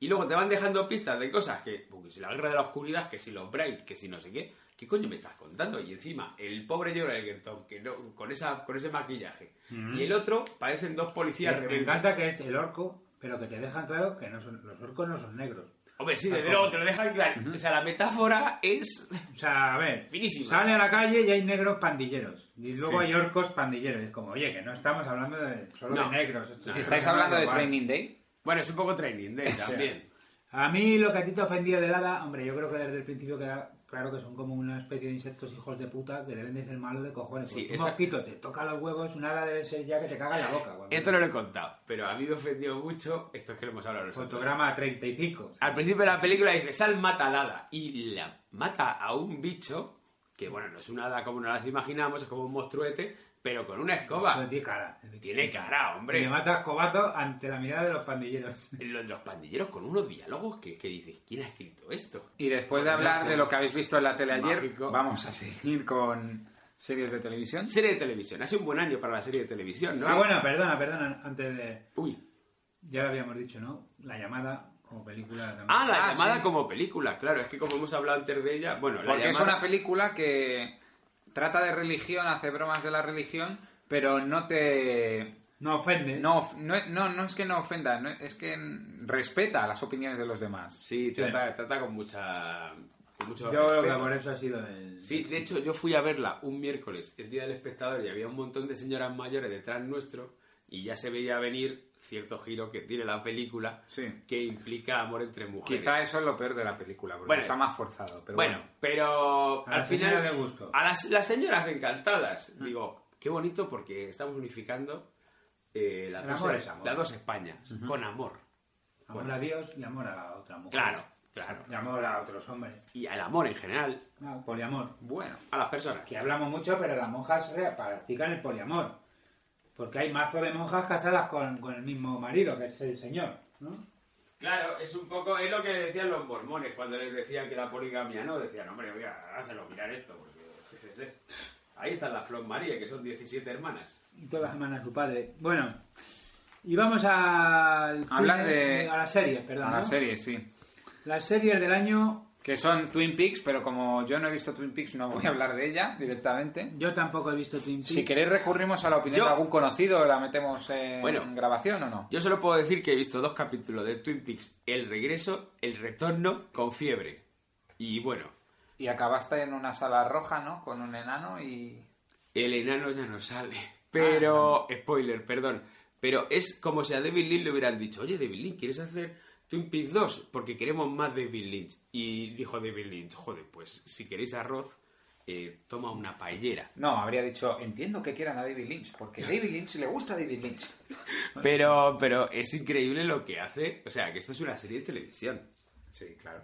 Speaker 3: Y luego te van dejando pistas de cosas que, uy, si la guerra de la oscuridad, que si los Bright, que si no sé qué, ¿qué coño me estás contando? Y encima, el pobre Joel Egerton, que no, con, esa, con ese maquillaje,
Speaker 4: Mm.
Speaker 3: y el otro parecen dos
Speaker 4: Sí,
Speaker 3: policías
Speaker 4: me
Speaker 3: rebeldes.
Speaker 4: encanta que es el orco, pero que te dejan claro que no son, los orcos no son negros.
Speaker 3: Hombre, sí, desde luego, te lo dejan claro. O sea, la metáfora es...
Speaker 4: O sea, a ver,
Speaker 3: Finísima.
Speaker 4: sale a la calle y hay negros pandilleros. Y luego
Speaker 3: Sí.
Speaker 4: hay orcos pandilleros. Es como, oye, que no estamos hablando de, solo
Speaker 3: No.
Speaker 4: de negros. Esto es
Speaker 2: ¿Estáis
Speaker 4: un programa
Speaker 2: hablando de
Speaker 4: global.
Speaker 2: Training Day?
Speaker 3: Bueno, es un poco Training Day también.
Speaker 4: A mí lo que a ti te ha ofendido de Lada, hombre, yo creo que desde el principio queda claro que son como una especie de insectos hijos de puta que deben de ser malos de cojones.
Speaker 3: Sí,
Speaker 4: Porque un
Speaker 3: esta-
Speaker 4: mosquito te toca los huevos, un ala debe ser ya que te caga en la boca. guau.
Speaker 3: Esto no lo he contado, pero a mí me ofendió mucho. Esto es que lo hemos hablado nosotros.
Speaker 4: Fotograma 35.
Speaker 3: Al principio de la película dice, Sal mata al hada. Y la mata a un bicho, que bueno, no es una hada como nos las imaginamos, es como un monstruete, pero con una escoba.
Speaker 4: No tiene cara.
Speaker 3: Ah. Tiene cara,
Speaker 4: Y Le
Speaker 3: hombre.
Speaker 4: mata a escobazo ante la mirada de los pandilleros.
Speaker 3: Los, los pandilleros con unos diálogos que, que dices, ¿quién ha escrito esto?
Speaker 2: Y después de hablar de lo que habéis visto en la tele ayer,
Speaker 3: Mágico.
Speaker 2: vamos a seguir con series de televisión.
Speaker 3: Serie de televisión. Hace un buen año para la serie de televisión, ¿no?
Speaker 4: Ah, bueno, perdona, perdona, antes de...
Speaker 3: Uy.
Speaker 4: Ya lo habíamos dicho, ¿no? La llamada como película también.
Speaker 3: Ah, la llamada
Speaker 2: sí.
Speaker 3: como película, claro. Es que como hemos hablado antes de ella, bueno, la
Speaker 2: Porque es
Speaker 3: llamada...
Speaker 2: una película que trata de religión, hace bromas de la religión, pero no te...
Speaker 4: No ofende.
Speaker 2: No, of- no, no, no es que no ofenda, no- es que respeta las opiniones de los demás.
Speaker 3: Sí, trata, trata con mucha... Con mucho
Speaker 4: Yo creo que
Speaker 3: respeto.
Speaker 4: por eso ha sido el...
Speaker 3: Sí, de hecho, yo fui a verla un miércoles, el día del espectador, y había un montón de señoras mayores detrás nuestro, y ya se veía venir cierto giro que tiene la película
Speaker 2: Sí.
Speaker 3: que implica amor entre mujeres.
Speaker 2: Quizá eso es lo peor de la película, porque
Speaker 3: Bueno,
Speaker 2: está más forzado. Pero
Speaker 3: bueno,
Speaker 2: bueno,
Speaker 3: pero
Speaker 4: A la
Speaker 3: al final.
Speaker 4: señora le gustó. Ah.
Speaker 3: A las, las señoras encantadas. Digo, qué bonito porque estamos unificando eh, las,
Speaker 4: El
Speaker 3: dos,
Speaker 4: amor es amor.
Speaker 3: las dos Españas, con amor.
Speaker 4: Amor a Dios y amor a la otra mujer.
Speaker 3: Claro, claro.
Speaker 4: Y amor a otros hombres.
Speaker 3: Y al amor en general,
Speaker 4: Ah, poliamor.
Speaker 2: bueno.
Speaker 3: a las personas.
Speaker 4: Que hablamos mucho, pero las monjas re- practican el poliamor. Porque hay mazo de monjas casadas con, con el mismo marido, que es el señor, ¿no?
Speaker 3: Claro, es un poco, es lo que decían los mormones cuando les decían que la poligamia no, decían, hombre, oiga, hágaselo mirar esto, porque fíjese. Ahí está la Flor María, que son 17 hermanas.
Speaker 4: Y todas las hermanas de su padre. Bueno, y vamos al
Speaker 2: A hablar
Speaker 4: cine-
Speaker 2: de-
Speaker 4: a las series, perdón.
Speaker 2: a la
Speaker 4: ¿no?
Speaker 2: serie, sí.
Speaker 4: Las series del año,
Speaker 2: Que son Twin Peaks, pero como yo no he visto Twin Peaks, no voy a hablar de ella directamente.
Speaker 4: yo tampoco he visto Twin Peaks.
Speaker 2: Si queréis recurrimos a la opinión
Speaker 3: Yo-
Speaker 2: de algún conocido, la metemos en
Speaker 3: Bueno.
Speaker 2: grabación o no.
Speaker 3: Yo solo puedo decir que he visto dos capítulos de Twin Peaks, El regreso, El retorno, con fiebre. Y bueno,
Speaker 2: Y acabaste en una sala roja, ¿no? Con un enano y...
Speaker 3: el enano ya no sale. Pero, spoiler, perdón, pero es como si a David Lynch le hubieran dicho, oye, David Lynch, ¿quieres hacer Twin Peaks 2? Porque queremos más David Lynch. Y dijo David Lynch, joder, pues si queréis arroz, eh, toma una paellera.
Speaker 2: No, habría dicho, entiendo que quieran a David Lynch, porque David Lynch le gusta a David Lynch.
Speaker 3: Pero, pero es increíble lo que hace. O sea, que esto es una serie de televisión.
Speaker 2: Sí, claro.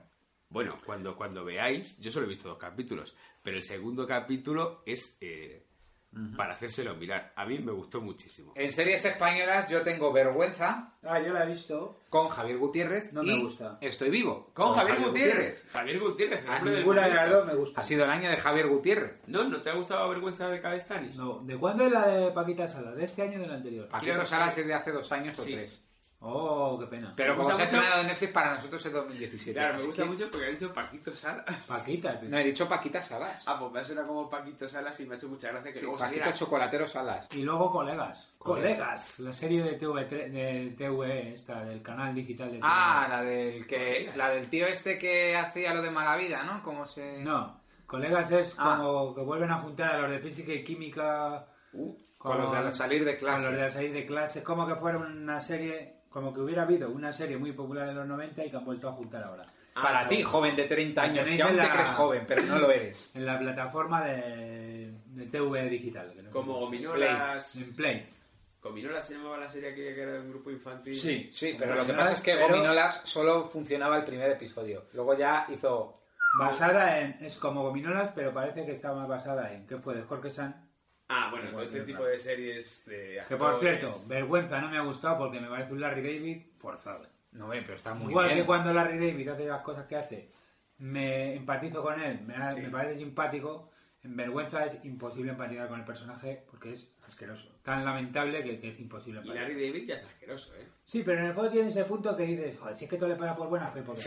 Speaker 3: Bueno, cuando, cuando veáis, yo solo he visto dos capítulos, pero el segundo capítulo es eh, para hacérselo mirar. A mí me gustó muchísimo.
Speaker 2: En series españolas yo tengo Vergüenza
Speaker 4: Ah, yo la he visto.
Speaker 2: con Javier Gutiérrez
Speaker 4: No me
Speaker 2: y
Speaker 4: gusta.
Speaker 2: Estoy vivo
Speaker 3: Con, Javier, Gutiérrez. Javier Gutiérrez. el
Speaker 2: A
Speaker 3: hombre del
Speaker 4: Ninguna de
Speaker 3: momento.
Speaker 4: las dos me gusta.
Speaker 2: Ha sido el año de Javier Gutiérrez.
Speaker 3: No, ¿no te ha gustado Vergüenza de Cabestani?
Speaker 4: No, ¿De cuándo es la de Paquita Salas? ¿De este año o del anterior?
Speaker 2: Paquito Salas es de hace dos años o
Speaker 3: Sí.
Speaker 2: tres.
Speaker 4: Oh, qué pena.
Speaker 2: Pero
Speaker 3: Me
Speaker 2: como
Speaker 3: gusta
Speaker 2: se ha
Speaker 3: mucho-
Speaker 2: estrenado en Netflix, para nosotros es 2017.
Speaker 3: Claro, me
Speaker 2: así
Speaker 3: gusta
Speaker 2: que-
Speaker 3: mucho porque ha dicho Paquito Salas.
Speaker 4: Paquita, el
Speaker 2: No, he dicho Paquita Salas.
Speaker 3: Ah, pues me ha sonado como Paquito Salas y me ha hecho mucha gracia que
Speaker 2: Sí,
Speaker 3: luego
Speaker 2: Paquita
Speaker 3: saliera...
Speaker 2: Chocolatero Salas.
Speaker 4: Y luego colegas.
Speaker 2: Colegas.
Speaker 4: Colegas. La serie de TV3, de TV esta, del canal digital de
Speaker 2: Ah,
Speaker 4: TV3.
Speaker 2: la del que la del tío este que hacía lo de mala vida, ¿no? Como se
Speaker 4: No. Colegas es
Speaker 2: Ah.
Speaker 4: como que vuelven a juntar a los de física y química
Speaker 2: Uh, con los de al salir de clase.
Speaker 4: Con los de al salir de clase. Es como que fuera una serie como que hubiera habido una serie muy popular en los 90 y que han vuelto a juntar ahora.
Speaker 2: Ah, Para ti, joven de 30 años,
Speaker 4: Tenéis
Speaker 2: que aún
Speaker 4: en
Speaker 2: te
Speaker 4: la-
Speaker 2: crees joven, pero no lo eres.
Speaker 4: En la plataforma de, de TV digital. que no-
Speaker 3: Como gominolas.
Speaker 4: En Play.
Speaker 3: Gominolas se llamaba la serie aquella que era de un grupo infantil.
Speaker 4: Sí,
Speaker 2: Sí, pero lo que pasa es que
Speaker 4: Pero-
Speaker 2: Gominolas solo funcionaba el primer episodio. Luego ya hizo...
Speaker 4: Basada en... Es como Gominolas, pero parece que está más basada en... ¿Qué fue? ¿De Jorge San?
Speaker 3: Ah, bueno, todo este
Speaker 4: Gominolas.
Speaker 3: tipo de series de
Speaker 4: Que por
Speaker 3: actores.
Speaker 4: cierto, vergüenza, no me ha gustado porque me parece un Larry David forzado.
Speaker 2: No, hombre, pero está muy
Speaker 4: Igual
Speaker 2: bien.
Speaker 4: que cuando Larry David hace las cosas que hace, me empatizo con él, me, ha-
Speaker 2: Sí.
Speaker 4: me parece simpático. En vergüenza es imposible empatizar con el personaje porque es asqueroso. Tan lamentable que, que es imposible
Speaker 3: Y
Speaker 4: empatizar.
Speaker 3: Larry David ya es asqueroso, ¿eh?
Speaker 4: Sí, pero en el fondo tiene ese punto que dices, joder, si es que todo le pasa por buena fe. Porque...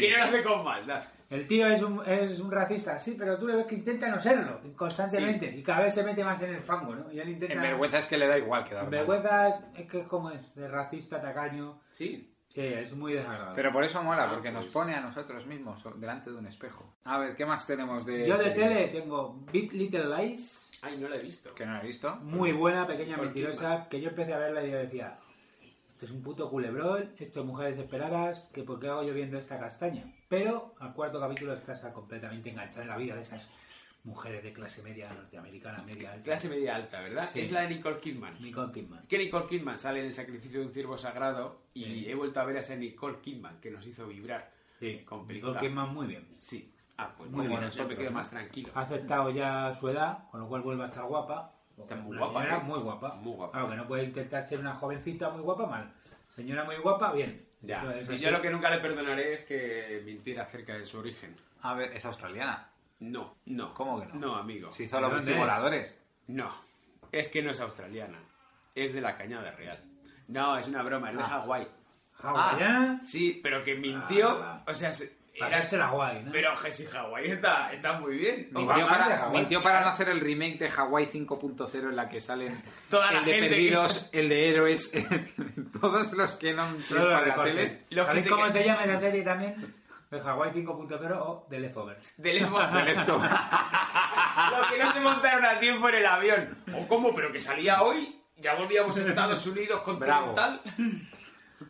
Speaker 3: Que no lo hace con maldad.
Speaker 4: El tío es un, es un racista, sí, pero tú le ves que intenta no serlo constantemente y cada vez se mete más en el fango, ¿no? Y él intenta...
Speaker 2: En vergüenza es que le da igual que
Speaker 4: En
Speaker 2: Darman.
Speaker 4: vergüenza es que es como es, de racista, tacaño.
Speaker 3: Sí.
Speaker 4: Sí, es muy desagradable.
Speaker 2: Pero por eso mola, porque nos pone a nosotros mismos delante de un espejo. A ver, ¿qué más tenemos de
Speaker 4: Yo de
Speaker 2: series?
Speaker 4: tele tengo Big Little Lies,
Speaker 3: Ay, no la he visto.
Speaker 2: Que no la he visto.
Speaker 4: muy buena, pequeña
Speaker 2: Por
Speaker 4: mentirosa, que yo empecé a verla y yo decía, esto es un puto culebrón, esto es mujeres desesperadas, que por qué hago yo viendo esta castaña. Pero al cuarto capítulo estás completamente enganchado en la vida de esas mujeres de clase media norteamericana, media alta.
Speaker 3: Clase media alta, ¿verdad?
Speaker 4: Sí.
Speaker 3: Es la de Nicole Kidman.
Speaker 4: Nicole Kidman.
Speaker 3: Que Nicole Kidman sale en el sacrificio de un ciervo sagrado y he vuelto a ver a esa Nicole Kidman que nos hizo vibrar
Speaker 4: Sí.
Speaker 3: con película.
Speaker 4: Nicole Kidman muy bien.
Speaker 3: Sí. Ah, pues
Speaker 4: Muy
Speaker 3: muy
Speaker 4: bien, Ah,
Speaker 3: bueno, eso me
Speaker 4: nosotros,
Speaker 3: quedo
Speaker 4: ¿no?
Speaker 3: más tranquilo.
Speaker 4: Ha aceptado ya su edad, con lo cual vuelve a estar guapa.
Speaker 3: Está muy
Speaker 4: La
Speaker 3: guapa.
Speaker 4: señora
Speaker 3: ¿eh?
Speaker 4: muy guapa.
Speaker 3: Muy guapa.
Speaker 4: Claro, que no puede intentar ser una jovencita muy guapa, mal. Señora muy guapa, bien.
Speaker 3: Ya.
Speaker 4: Eso es
Speaker 3: Sí,
Speaker 4: así.
Speaker 3: yo lo que nunca le perdonaré es que mintiera acerca de su origen.
Speaker 2: A ver, ¿es australiana?
Speaker 3: No, no.
Speaker 2: ¿Cómo que no?
Speaker 3: No, amigo.
Speaker 2: Se hizo los
Speaker 4: ¿De dónde es?
Speaker 2: voladores.
Speaker 3: No. Es que no es australiana. Es de la Cañada Real. No, es una broma,
Speaker 4: Ah.
Speaker 3: es de Hawái.
Speaker 4: Hawaiana,
Speaker 3: Sí, pero que mintió.
Speaker 4: Ah,
Speaker 3: o sea, se-
Speaker 4: para
Speaker 3: Ah. era
Speaker 4: hacerse la guay, ¿no?
Speaker 3: Pero que si Hawái está, está muy bien.
Speaker 2: Mintió
Speaker 3: Obama-
Speaker 4: de
Speaker 2: para,
Speaker 4: Hawái.
Speaker 2: mintió para no hacer el remake de Hawái 5.0 en la que salen
Speaker 3: Toda la
Speaker 2: el de
Speaker 3: gente que
Speaker 2: perdidos, el de héroes, todos los que no han
Speaker 4: Todos
Speaker 2: triunfado
Speaker 4: los
Speaker 2: en la
Speaker 4: recortes.
Speaker 2: tele.
Speaker 3: Los que
Speaker 4: ¿Sabéis
Speaker 3: se
Speaker 4: cómo
Speaker 3: que-
Speaker 4: se llama esa serie también? El Hawaii 5.0 o The Leftovers.
Speaker 3: De lejos.
Speaker 2: De Leftovers.
Speaker 3: Los que no se montaron a tiempo en el avión. ¿O cómo? Pero que salía hoy. Ya volvíamos a Estados Unidos continental.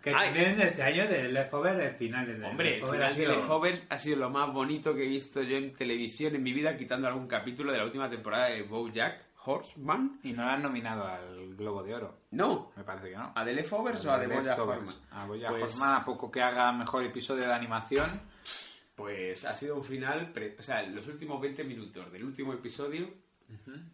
Speaker 4: Que
Speaker 3: Ay.
Speaker 4: tienen este año de Leftovers el final. de The
Speaker 3: Hombre, el
Speaker 4: Leftovers ha
Speaker 3: final de
Speaker 4: sido-
Speaker 3: Leftovers ha sido lo más bonito que he visto yo en televisión en mi vida, quitando algún capítulo de la última temporada de BoJack Horseman.
Speaker 2: Y no la han nominado al Globo de Oro.
Speaker 3: No.
Speaker 2: Me parece que no.
Speaker 3: ¿A The Leftovers o a The BoJack
Speaker 2: Leftovers.
Speaker 3: Horseman?
Speaker 2: A Ah, Bojack
Speaker 3: Pues-
Speaker 2: Horseman, a poco que haga mejor episodio de animación.
Speaker 3: Pues ha sido un final, pre- o sea, los últimos 20 minutos del último episodio,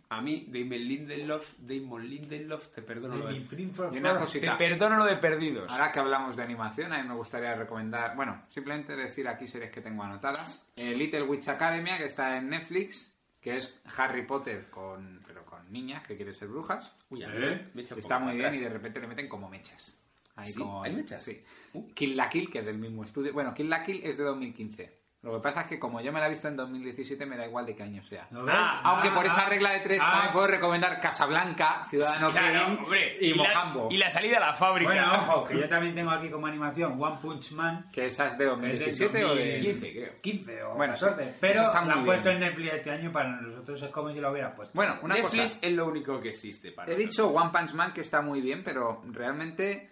Speaker 3: a mí Damon Lindelof, Damon Lindelof, te perdono lo
Speaker 4: de
Speaker 3: de,
Speaker 4: Infrin for
Speaker 2: Y una
Speaker 4: Forest.
Speaker 2: cosita.
Speaker 3: te perdono lo de perdidos.
Speaker 2: Ahora que hablamos de animación, a mí me gustaría recomendar, bueno, simplemente decir aquí series que tengo anotadas. Eh, Little Witch Academia, que está en Netflix, que es Harry Potter con, pero con niñas que quieren ser brujas.
Speaker 3: Uy, a
Speaker 4: ¿Eh?
Speaker 3: ver, me he echado un
Speaker 2: Está
Speaker 3: poco
Speaker 2: muy
Speaker 3: para
Speaker 2: bien y de
Speaker 3: atrás.
Speaker 2: repente le meten como mechas. Ahí
Speaker 3: ¿Sí?
Speaker 2: como-
Speaker 3: ¿Hay mechas?
Speaker 2: Sí.
Speaker 3: Uh.
Speaker 2: Kill la Kill, que es del mismo estudio. Bueno, Kill la Kill es de 2015. Lo que pasa es que como yo me la he visto en 2017, me da igual de qué año sea.
Speaker 4: ¿No ves?
Speaker 3: Ah,
Speaker 2: Aunque por
Speaker 4: ah,
Speaker 2: esa regla de tres
Speaker 4: ah.
Speaker 2: también puedo recomendar Casablanca, Ciudadano
Speaker 3: Claro,
Speaker 2: Kane
Speaker 3: hombre,
Speaker 2: y,
Speaker 3: la-
Speaker 2: Mojambo.
Speaker 3: Y la salida a la fábrica.
Speaker 4: Bueno, ojo, que yo también tengo aquí como animación One Punch Man.
Speaker 2: Que esa es de
Speaker 4: que es del
Speaker 2: 2017 o de...
Speaker 4: 2015,
Speaker 3: creo.
Speaker 4: 15 o
Speaker 2: Bueno,
Speaker 4: bueno,
Speaker 2: sí,
Speaker 4: suerte.
Speaker 2: eso
Speaker 4: Pero
Speaker 2: está muy
Speaker 4: la han
Speaker 2: bien.
Speaker 4: puesto en Netflix este año para nosotros es como si lo hubieran puesto.
Speaker 2: Bueno, una
Speaker 3: Netflix
Speaker 2: cosa.
Speaker 4: eh,
Speaker 3: es lo único que existe para
Speaker 2: He dicho One Punch Man que está muy bien, pero realmente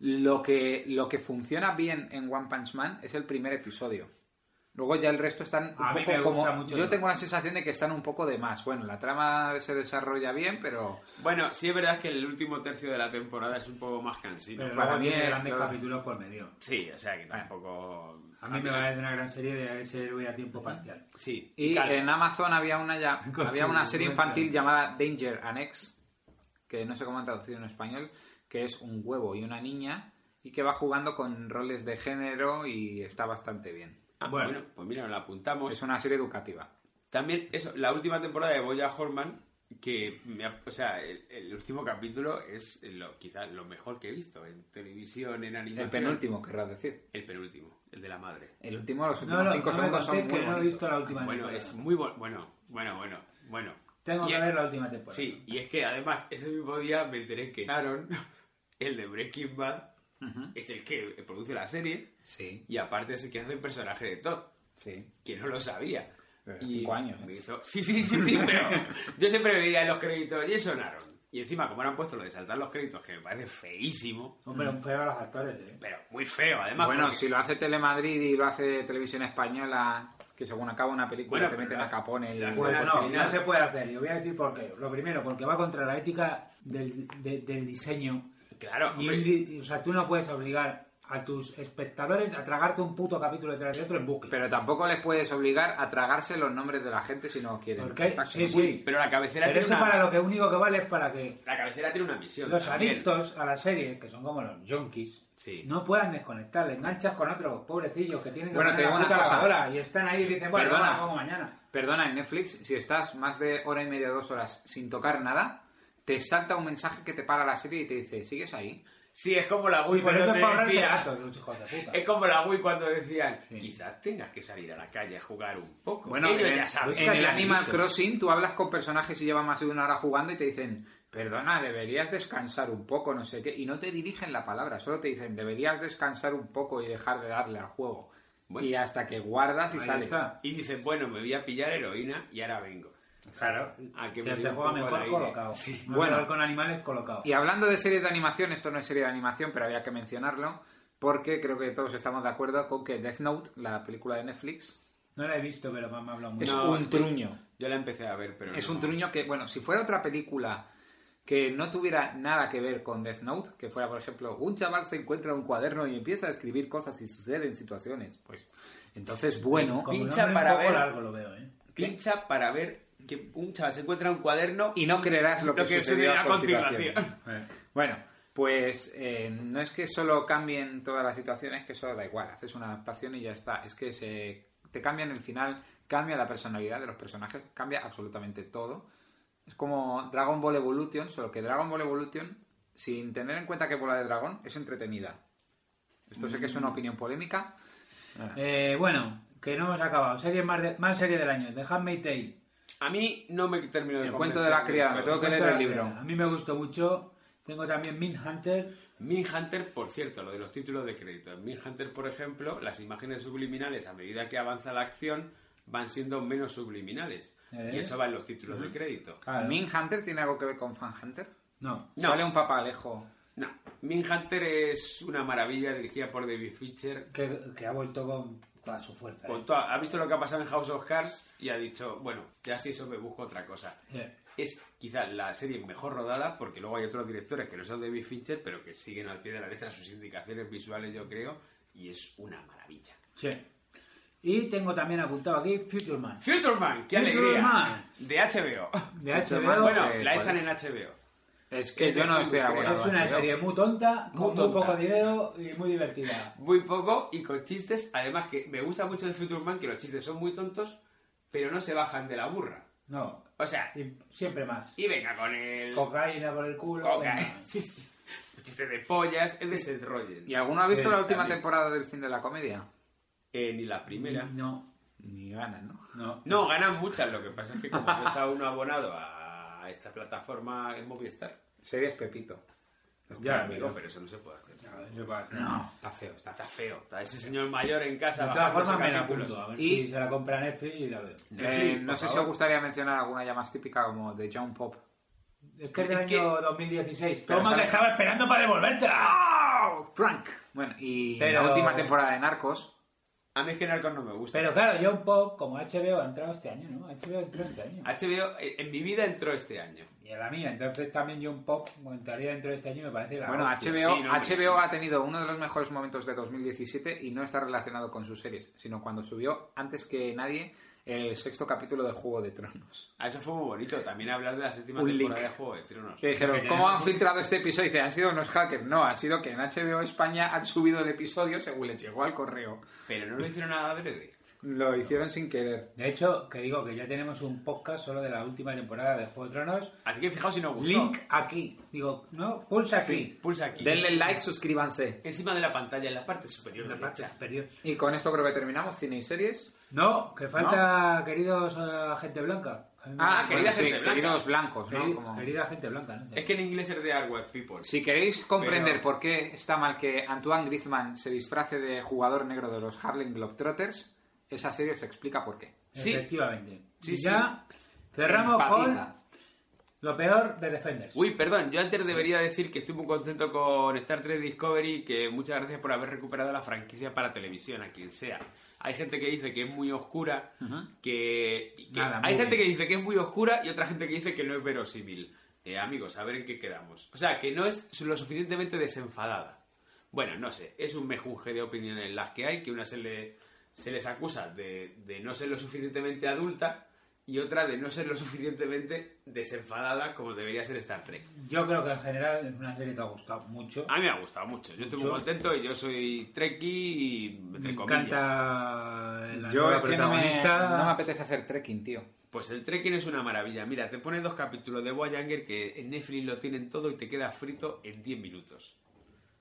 Speaker 2: lo que, lo que funciona bien en One Punch Man es el primer episodio. Luego ya el resto están un
Speaker 4: A mí
Speaker 2: poco
Speaker 4: me gusta
Speaker 2: como...
Speaker 4: mucho
Speaker 2: yo
Speaker 4: el-
Speaker 2: tengo la sensación de que están un poco de más. Bueno, la trama se desarrolla bien, pero...
Speaker 3: Bueno, sí es verdad que el último tercio de la temporada es un poco más cansino.
Speaker 4: pero
Speaker 2: para
Speaker 4: luego
Speaker 2: mí
Speaker 4: tiene
Speaker 2: es-
Speaker 4: grandes
Speaker 2: claro.
Speaker 4: capítulos por medio.
Speaker 3: Sí, o sea que tampoco... Ah,
Speaker 4: A mí me parece una gran serie de ese héroe a tiempo parcial.
Speaker 3: Sí.
Speaker 2: Y
Speaker 3: claro.
Speaker 2: en Amazon había una ya
Speaker 4: Con
Speaker 2: había
Speaker 4: su
Speaker 2: una serie
Speaker 4: vergüenza.
Speaker 2: infantil llamada Danger Annex, que no sé cómo han traducido en español, que es un huevo y una niña y que va jugando con roles de género y está bastante bien.
Speaker 3: Ah,
Speaker 4: Bueno.
Speaker 3: bueno. pues mira, la apuntamos.
Speaker 2: Es una serie educativa.
Speaker 3: También, eso, la última temporada de Boya Horman, que, me ha- o sea, el, el último capítulo es lo, quizás lo mejor que he visto en televisión, en animación.
Speaker 2: El penúltimo, querrás decir.
Speaker 3: El penúltimo, el de la madre.
Speaker 2: El último, los
Speaker 4: No,
Speaker 2: últimos
Speaker 4: no,
Speaker 2: cinco
Speaker 4: no me
Speaker 2: segundos son muy
Speaker 4: contéis que no he
Speaker 2: bonitos.
Speaker 4: visto la última
Speaker 3: Bueno,
Speaker 4: temporada.
Speaker 3: es muy bueno, bueno, bueno, bueno, bueno.
Speaker 4: Tengo
Speaker 3: Y
Speaker 4: que
Speaker 3: es-
Speaker 4: ver la última temporada.
Speaker 3: Sí, y es que además ese mismo día me enteré que Aaron, el de Breaking Bad,
Speaker 2: Ujú.
Speaker 3: es el que produce la serie
Speaker 2: Sí,
Speaker 3: y aparte es el que hace el personaje de Todd,
Speaker 2: sí.
Speaker 3: que no lo sabía.
Speaker 2: Pero cinco años, ¿eh?
Speaker 3: me hizo... Sí, sí, sí, sí, pero yo siempre veía en los créditos Jason Aaron. Y encima, como han puesto lo de saltar los créditos, que me parece feísimo.
Speaker 4: Hombre, un feo a los actores, ¿eh?
Speaker 3: Pero muy feo, además.
Speaker 2: bueno,
Speaker 3: porque-
Speaker 2: si lo hace Telemadrid y lo hace Televisión Española, que según acaba una película
Speaker 3: Bueno,
Speaker 2: te meten
Speaker 3: pero
Speaker 2: a Capone y...
Speaker 3: la
Speaker 4: Pues
Speaker 3: Al
Speaker 4: no,
Speaker 3: final-
Speaker 4: no se puede hacer. Y os voy a decir por qué. Lo primero, porque va contra la ética del, de- del diseño.
Speaker 3: Claro,
Speaker 4: Y
Speaker 3: hombre.
Speaker 4: un di- o sea, tú no puedes obligar a tus espectadores a tragarte un puto capítulo tras de otro en bucle.
Speaker 2: Pero tampoco les puedes obligar a tragarse los nombres de la gente si no quieren.
Speaker 4: ¿Por qué?
Speaker 2: Exacto.
Speaker 4: Sí, sí.
Speaker 3: Pero la cabecera
Speaker 4: Pero
Speaker 3: tiene
Speaker 4: eso
Speaker 3: una...
Speaker 4: para lo que único que vale es para que
Speaker 3: La cabecera tiene una misión.
Speaker 4: los
Speaker 3: también.
Speaker 4: adictos a la serie, que son como los junkies,
Speaker 3: Sí.
Speaker 4: no puedan desconectar. Le enganchas con otros pobrecillos que tienen que
Speaker 2: Bueno,
Speaker 4: poner
Speaker 2: te digo
Speaker 4: la
Speaker 2: una
Speaker 4: puta
Speaker 2: cosa.
Speaker 4: lavadora y están ahí y dicen, bueno,
Speaker 2: Perdona.
Speaker 4: vamos, vamos mañana.
Speaker 2: Perdona, en Netflix, si estás más de hora y media, dos horas sin tocar nada, te salta un mensaje que te para la serie y te dice, ¿sigues ahí?
Speaker 3: Sí, es como la
Speaker 4: Sí,
Speaker 3: Wii
Speaker 4: pero
Speaker 3: cuando
Speaker 4: esto es para
Speaker 3: te
Speaker 4: ahorrarse
Speaker 3: decía-
Speaker 4: gastos, los hijos de puta.
Speaker 3: Es como la Wii cuando decían, quizás tengas que salir a la calle a jugar un poco.
Speaker 2: Bueno,
Speaker 3: Ellos
Speaker 2: en,
Speaker 3: ya saben.
Speaker 2: en el
Speaker 4: Busca
Speaker 2: Animal
Speaker 4: amiguitos.
Speaker 2: Crossing tú hablas con personajes y llevan más de una hora jugando y te dicen, perdona, deberías descansar un poco, no sé qué, y no te dirigen la palabra, solo te dicen, deberías descansar un poco y dejar de darle al juego.
Speaker 3: Bueno.
Speaker 2: y hasta que guardas y
Speaker 4: Ahí
Speaker 2: sales.
Speaker 4: está.
Speaker 3: Y dicen, bueno, me voy a pillar heroína y ahora vengo.
Speaker 4: Claro.
Speaker 3: Ah, que
Speaker 4: Que
Speaker 3: me
Speaker 4: se
Speaker 3: dio un
Speaker 4: juega
Speaker 3: poco al
Speaker 4: mejor
Speaker 3: aire.
Speaker 4: colocado.
Speaker 3: Sí.
Speaker 4: Más
Speaker 2: Bueno.
Speaker 4: mejor con animales colocado.
Speaker 2: Y hablando de series de animación, esto no es serie de animación, pero había que mencionarlo, porque creo que todos estamos de acuerdo con que Death Note, la película de Netflix,
Speaker 4: No la he visto, pero me ha hablado mucho.
Speaker 2: es
Speaker 3: No,
Speaker 2: un
Speaker 3: yo-
Speaker 2: truño.
Speaker 3: Yo la empecé a ver, pero
Speaker 2: Es
Speaker 3: no.
Speaker 2: un truño que, bueno, si fuera otra película que no tuviera nada que ver con Death Note, que fuera, por ejemplo, un chaval se encuentra un cuaderno y empieza a escribir cosas y suceden situaciones, pues entonces, bueno,
Speaker 4: Como
Speaker 3: pincha
Speaker 4: nombre un
Speaker 3: para
Speaker 4: poco
Speaker 3: ver.
Speaker 4: largo lo veo, ¿eh?
Speaker 3: Pincha para ver que un chaval se encuentra un cuaderno
Speaker 2: y no creerás lo que,
Speaker 3: Lo que
Speaker 2: sucedió
Speaker 3: sucedió
Speaker 2: a
Speaker 3: a
Speaker 2: continuación.
Speaker 3: continuación.
Speaker 2: Eh, bueno, pues eh, no es que solo cambien todas las situaciones, que eso da igual, haces una adaptación y ya está. Es que se, te cambian el final, cambia la personalidad de los personajes, cambia absolutamente todo. Es como Dragon Ball Evolution, solo que Dragon Ball Evolution, sin tener en cuenta que bola de dragón, es entretenida. Esto sé que es una
Speaker 4: Mm.
Speaker 2: opinión polémica.
Speaker 4: Eh, bueno, que no hemos acabado. Serie más, de- más serie del año. The Handmaid's Tale.
Speaker 3: A mí no me terminó de
Speaker 2: El cuento de la criada, me tengo que leer el libro.
Speaker 4: A mí me gustó mucho. Tengo también Min Hunter.
Speaker 3: Min Hunter, por cierto, lo de los títulos de crédito. Min Hunter, por ejemplo, las imágenes subliminales a medida que avanza la acción van siendo menos subliminales.
Speaker 4: ¿Eh?
Speaker 3: Y eso va en los títulos de crédito.
Speaker 4: Claro.
Speaker 2: ¿Min Hunter tiene algo que ver con Fan Hunter?
Speaker 4: No.
Speaker 3: No.
Speaker 2: Sale un papalejo.
Speaker 3: No, Min Hunter es una maravilla dirigida por David Fincher.
Speaker 4: Que, que ha vuelto con, con su fuerza.
Speaker 3: Con
Speaker 4: ¿eh?
Speaker 3: toda- ha visto lo que ha pasado en House of Cards y ha dicho, bueno, ya si eso me busco otra cosa.
Speaker 4: Yeah.
Speaker 3: Es quizás la serie mejor rodada porque luego hay otros directores que no son David Fincher, pero que siguen al pie de la letra sus indicaciones visuales, yo creo, y es una maravilla.
Speaker 4: Sí. Y tengo también apuntado aquí Future Man.
Speaker 3: Future Man, qué
Speaker 4: Future
Speaker 3: alegría.
Speaker 4: Man.
Speaker 3: De HBO.
Speaker 4: De
Speaker 2: Future
Speaker 4: HBO.
Speaker 2: Man,
Speaker 3: Bueno,
Speaker 2: Eh,
Speaker 3: la
Speaker 2: ¿cuál
Speaker 3: echan
Speaker 2: es?
Speaker 3: en HBO.
Speaker 2: Es que yo no estoy abonado
Speaker 4: es
Speaker 2: a
Speaker 4: una
Speaker 2: HBO.
Speaker 4: serie muy tonta, con
Speaker 3: Muy
Speaker 4: muy,
Speaker 3: tonta.
Speaker 4: poco dinero y muy divertida.
Speaker 3: Muy poco y con chistes. Además que me gusta mucho de Future Man que los chistes son muy tontos, pero no se bajan de la burra.
Speaker 4: No.
Speaker 3: O sea,
Speaker 4: Sie- Siempre más.
Speaker 3: y venga con el...
Speaker 4: Cocaína por el culo.
Speaker 3: Coca.
Speaker 4: venga.
Speaker 3: Sí, sí. Chistes de pollas, es de Seth Rollins.
Speaker 2: ¿Y alguno ha visto
Speaker 4: Sí,
Speaker 2: la última
Speaker 3: también.
Speaker 2: temporada del fin de la comedia?
Speaker 3: Eh, ni la primera.
Speaker 4: No.
Speaker 2: Ni ganas, ¿no?
Speaker 4: No.
Speaker 3: No, ganan muchas. Lo que pasa es que como no está uno abonado a esta plataforma en Movistar. pues,
Speaker 2: Series Pepito.
Speaker 4: Ya,
Speaker 3: amigo,
Speaker 4: pero-
Speaker 3: pero eso no se puede hacer.
Speaker 2: No, está feo, está
Speaker 3: Está feo. Está ese señor mayor en casa.
Speaker 4: De todas
Speaker 3: bajando
Speaker 4: formas me la
Speaker 3: capítulos.
Speaker 4: apunto. A ver
Speaker 2: Y-
Speaker 4: si se la compra Netflix y la veo.
Speaker 2: Eh,
Speaker 3: Netflix,
Speaker 2: no
Speaker 3: por
Speaker 2: sé si os
Speaker 3: favor.
Speaker 2: gustaría mencionar alguna ya más típica como de John Pop.
Speaker 4: Es que es del
Speaker 3: Es que-
Speaker 4: año 2016.
Speaker 2: Pero
Speaker 4: Toma, que
Speaker 2: sale-
Speaker 4: estaba esperando para devolvértela.
Speaker 2: ¡Oh! ¡Prank! Bueno, y
Speaker 4: Pero-
Speaker 2: la última temporada de Narcos.
Speaker 3: A mí es que Narcos no me gusta.
Speaker 4: Pero claro, John Pop, como HBO, ha entrado este año, ¿no? HBO entró este año.
Speaker 3: HBO eh, en mi vida entró este año.
Speaker 4: Y a la mía, entonces también John Pop entraría dentro de este año, me parece la
Speaker 2: Bueno,
Speaker 4: hostia.
Speaker 2: HBO,
Speaker 3: sí, no, hombre.
Speaker 2: HBO ha tenido uno de los mejores momentos de 2017 y no está relacionado con sus series, sino cuando subió, antes que nadie, el sexto capítulo de Juego de Tronos.
Speaker 3: A Ah, eso fue muy bonito. También hablar de la séptima
Speaker 2: Un
Speaker 3: temporada
Speaker 2: link.
Speaker 3: de Juego de Tronos.
Speaker 4: Eh.
Speaker 2: Que dijeron,
Speaker 4: Porque
Speaker 2: ¿cómo
Speaker 4: tenemos
Speaker 2: han filtrado este episodio? Y dice, han sido unos hackers. No, ha sido que en HBO España han subido el episodio según les llegó al correo.
Speaker 3: Pero no lo hicieron nada adrede.
Speaker 2: Lo hicieron sin querer.
Speaker 4: De hecho, que digo que ya tenemos un podcast solo de la última temporada de Juego de Tronos.
Speaker 3: Así que fijaos si nos gustó.
Speaker 4: Link aquí. Digo, no, pulsa aquí.
Speaker 3: Sí, pulsa Pues aquí.
Speaker 2: Denle like, suscríbanse.
Speaker 3: Encima de la pantalla, en la parte superior
Speaker 4: La parte
Speaker 3: derecha.
Speaker 4: superior.
Speaker 2: Y con esto creo que terminamos cine y series.
Speaker 4: No, que falta, queridos eh, gente blanca.
Speaker 3: Ah, querida
Speaker 2: sí,
Speaker 3: gente blanca.
Speaker 2: queridos blancos, ¿no?
Speaker 4: Queri-
Speaker 2: Como-
Speaker 4: Querida gente blanca, ¿no?
Speaker 3: Es que en inglés es de Hardware People.
Speaker 2: Si queréis comprender
Speaker 3: Pero-
Speaker 2: por qué está mal que Antoine Griezmann se disfrace de jugador negro de los Harlem Globetrotters, esa serie os explica por qué.
Speaker 3: Sí.
Speaker 4: Efectivamente.
Speaker 3: Sí,
Speaker 4: Y ya cerramos
Speaker 2: Empatiza.
Speaker 4: con Lo peor de Defenders.
Speaker 3: Uy, perdón, yo antes debería decir que estoy muy contento con Star Trek Discovery y que muchas gracias por haber recuperado la franquicia para televisión, a quien sea. Hay gente que dice que es muy oscura, que, que-
Speaker 4: Nada, muy
Speaker 3: hay gente
Speaker 4: bien.
Speaker 3: que dice que es muy oscura y otra gente que dice que no es verosímil. Eh, amigos, a ver en qué quedamos. O sea, que no es lo suficientemente desenfadada. Bueno, no sé, es un mejunje de opiniones las que hay, que una se, le, se les acusa de, de no ser lo suficientemente adulta y otra de no ser lo suficientemente desenfadada como debería ser Star Trek.
Speaker 4: Yo creo que en general es una serie que ha gustado mucho.
Speaker 3: A mí me ha gustado mucho, yo estoy muy
Speaker 4: Mucho.
Speaker 3: contento y yo soy Trekkie y
Speaker 4: Me
Speaker 3: entre comillas.
Speaker 4: encanta la
Speaker 3: Yo
Speaker 4: nueva
Speaker 3: es que no me-
Speaker 4: protagonista.
Speaker 3: no me
Speaker 2: apetece hacer trekking, tío.
Speaker 3: Pues el trekking es una maravilla. Mira, te pones dos capítulos de Voyager que en Netflix lo tienen todo y te queda frito en 10 minutos.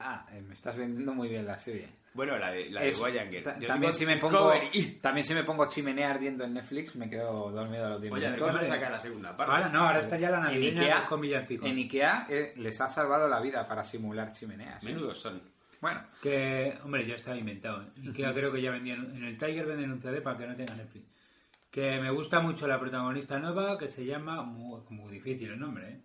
Speaker 2: Ah, eh, me estás vendiendo muy bien la serie.
Speaker 3: Bueno, la de, la de
Speaker 2: Es-
Speaker 3: Voyager.
Speaker 2: ta-
Speaker 3: Yo digo
Speaker 2: también, si me pongo,
Speaker 3: Discovery.
Speaker 2: también si me pongo chimenea ardiendo en Netflix, me quedo dormido a los 10
Speaker 3: Voyager,
Speaker 2: minutos.
Speaker 3: ¿cuándo saca la segunda parte?
Speaker 4: Ahora no, ahora está ya la
Speaker 2: En
Speaker 4: navideña
Speaker 2: Ikea-
Speaker 4: con villancicos.
Speaker 2: En Ikea eh, les ha salvado la vida para simular chimeneas. ¿eh?
Speaker 3: Menudos son.
Speaker 2: Bueno.
Speaker 4: Que, hombre, ya estaba inventado. ¿eh? Y que creo que ya vendían. En el Tiger venden un CD para que no tenga Netflix. Que me gusta mucho la protagonista nueva que se llama. Muy, muy difícil el nombre, ¿eh?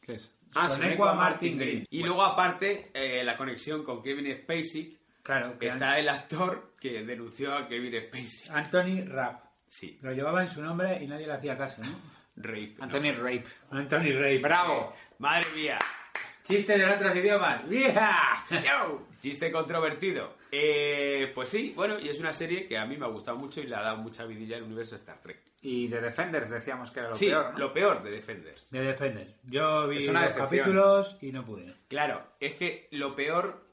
Speaker 2: ¿Qué es?
Speaker 3: Ah,
Speaker 4: Sonequa
Speaker 3: Sonequa
Speaker 4: Martin Green.
Speaker 3: Y luego, aparte, eh, la conexión con Kevin Spacey.
Speaker 4: Claro, que
Speaker 3: Está el actor que denunció a Kevin Spacey.
Speaker 4: Anthony Rapp.
Speaker 3: Sí.
Speaker 4: Lo llevaba en su nombre y nadie le hacía caso, ¿no?
Speaker 3: Rape. ¿no?
Speaker 2: Anthony Rape.
Speaker 4: Anthony Rapp.
Speaker 2: ¡Bravo!
Speaker 3: Madre mía.
Speaker 4: Chistes en otros idiomas. ¡Vieja!
Speaker 3: Chiste controvertido. Eh, pues sí, bueno, y es una serie que a mí me ha gustado mucho y le ha dado mucha vidilla al universo Star Trek.
Speaker 2: Y de Defenders decíamos que era lo
Speaker 3: sí,
Speaker 2: peor, ¿no?
Speaker 3: lo peor de Defenders.
Speaker 4: De Defenders. Yo vi
Speaker 2: Es una
Speaker 4: los
Speaker 2: decepción.
Speaker 4: capítulos y no pude.
Speaker 3: Claro, es que lo peor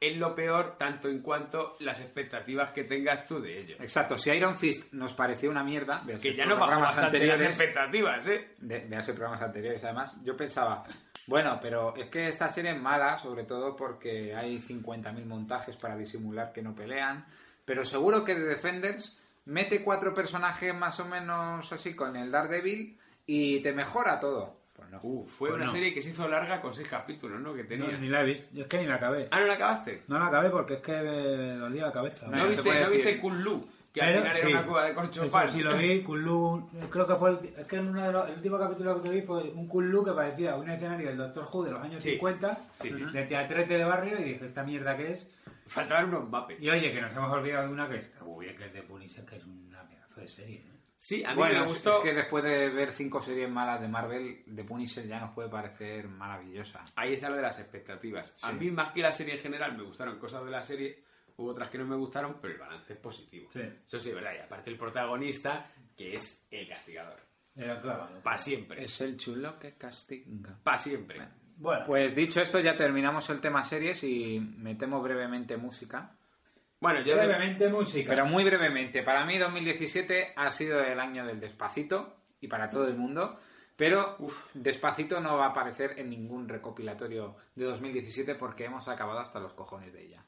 Speaker 3: es lo peor tanto en cuanto las expectativas que tengas tú de ello.
Speaker 2: Exacto, si Iron Fist nos pareció una mierda, veas
Speaker 3: Que
Speaker 2: los
Speaker 3: ya nos bajó
Speaker 2: programas
Speaker 3: bastante las
Speaker 2: anteriores-
Speaker 3: expectativas, ¿eh?
Speaker 2: de, de hace programas anteriores. Además, yo pensaba, bueno, pero es que esta serie es mala, sobre todo porque hay 50.000 montajes para disimular que no pelean. Pero seguro que The Defenders mete cuatro personajes más o menos así con el Daredevil y te mejora todo. Pues no.
Speaker 3: Uh, fue
Speaker 2: Pues
Speaker 3: una
Speaker 2: no.
Speaker 3: serie que se hizo larga con seis capítulos, ¿no? Que tenía.
Speaker 4: No, ni la he visto. Yo es que ni la acabé.
Speaker 3: Ah, ¿no la acabaste?
Speaker 4: No la acabé porque es que me dolía la cabeza.
Speaker 3: ¿No, viste, ¿no viste Kunlu? Que al
Speaker 4: Pero-
Speaker 3: final
Speaker 4: sí.
Speaker 3: era una cuba de corcho
Speaker 4: Eso
Speaker 3: pan.
Speaker 4: Sí, lo vi, Kunlu, creo que fue el, es que en uno de los- el último capítulo que vi fue un Kunlu que parecía un escenario del Doctor Who de los años
Speaker 3: Sí.
Speaker 4: 50,
Speaker 3: Sí, sí.
Speaker 4: de teatrete de barrio, y dije, esta mierda que es.
Speaker 3: Faltaban unos mapes.
Speaker 4: Y oye, que nos hemos olvidado de una que está muy bien, que es de Punisher, que es una pedazo de serie. ¿eh?
Speaker 3: Sí, a mí
Speaker 2: Bueno,
Speaker 3: me
Speaker 2: es-
Speaker 3: gustó.
Speaker 2: es que después de ver cinco series malas de Marvel, The Punisher ya nos puede parecer maravillosa.
Speaker 3: Ahí está lo de las expectativas. A
Speaker 2: Sí.
Speaker 3: mí, más que la serie en general, me gustaron cosas de la serie, hubo otras que no me gustaron, pero el balance es positivo.
Speaker 4: Sí.
Speaker 3: Eso sí, es verdad. Y aparte el protagonista, que es el castigador.
Speaker 4: Era claro.
Speaker 3: Para siempre.
Speaker 2: Es el chulo que castiga.
Speaker 3: Para siempre.
Speaker 4: Bueno,
Speaker 2: Pues dicho esto, ya terminamos el tema series y metemos brevemente música.
Speaker 3: Bueno, yo
Speaker 4: brevemente música.
Speaker 2: Pero muy brevemente, para mí 2017 ha sido el año del despacito y para todo el mundo, pero uf, despacito no va a aparecer en ningún recopilatorio de 2017 porque hemos acabado hasta los cojones de ella.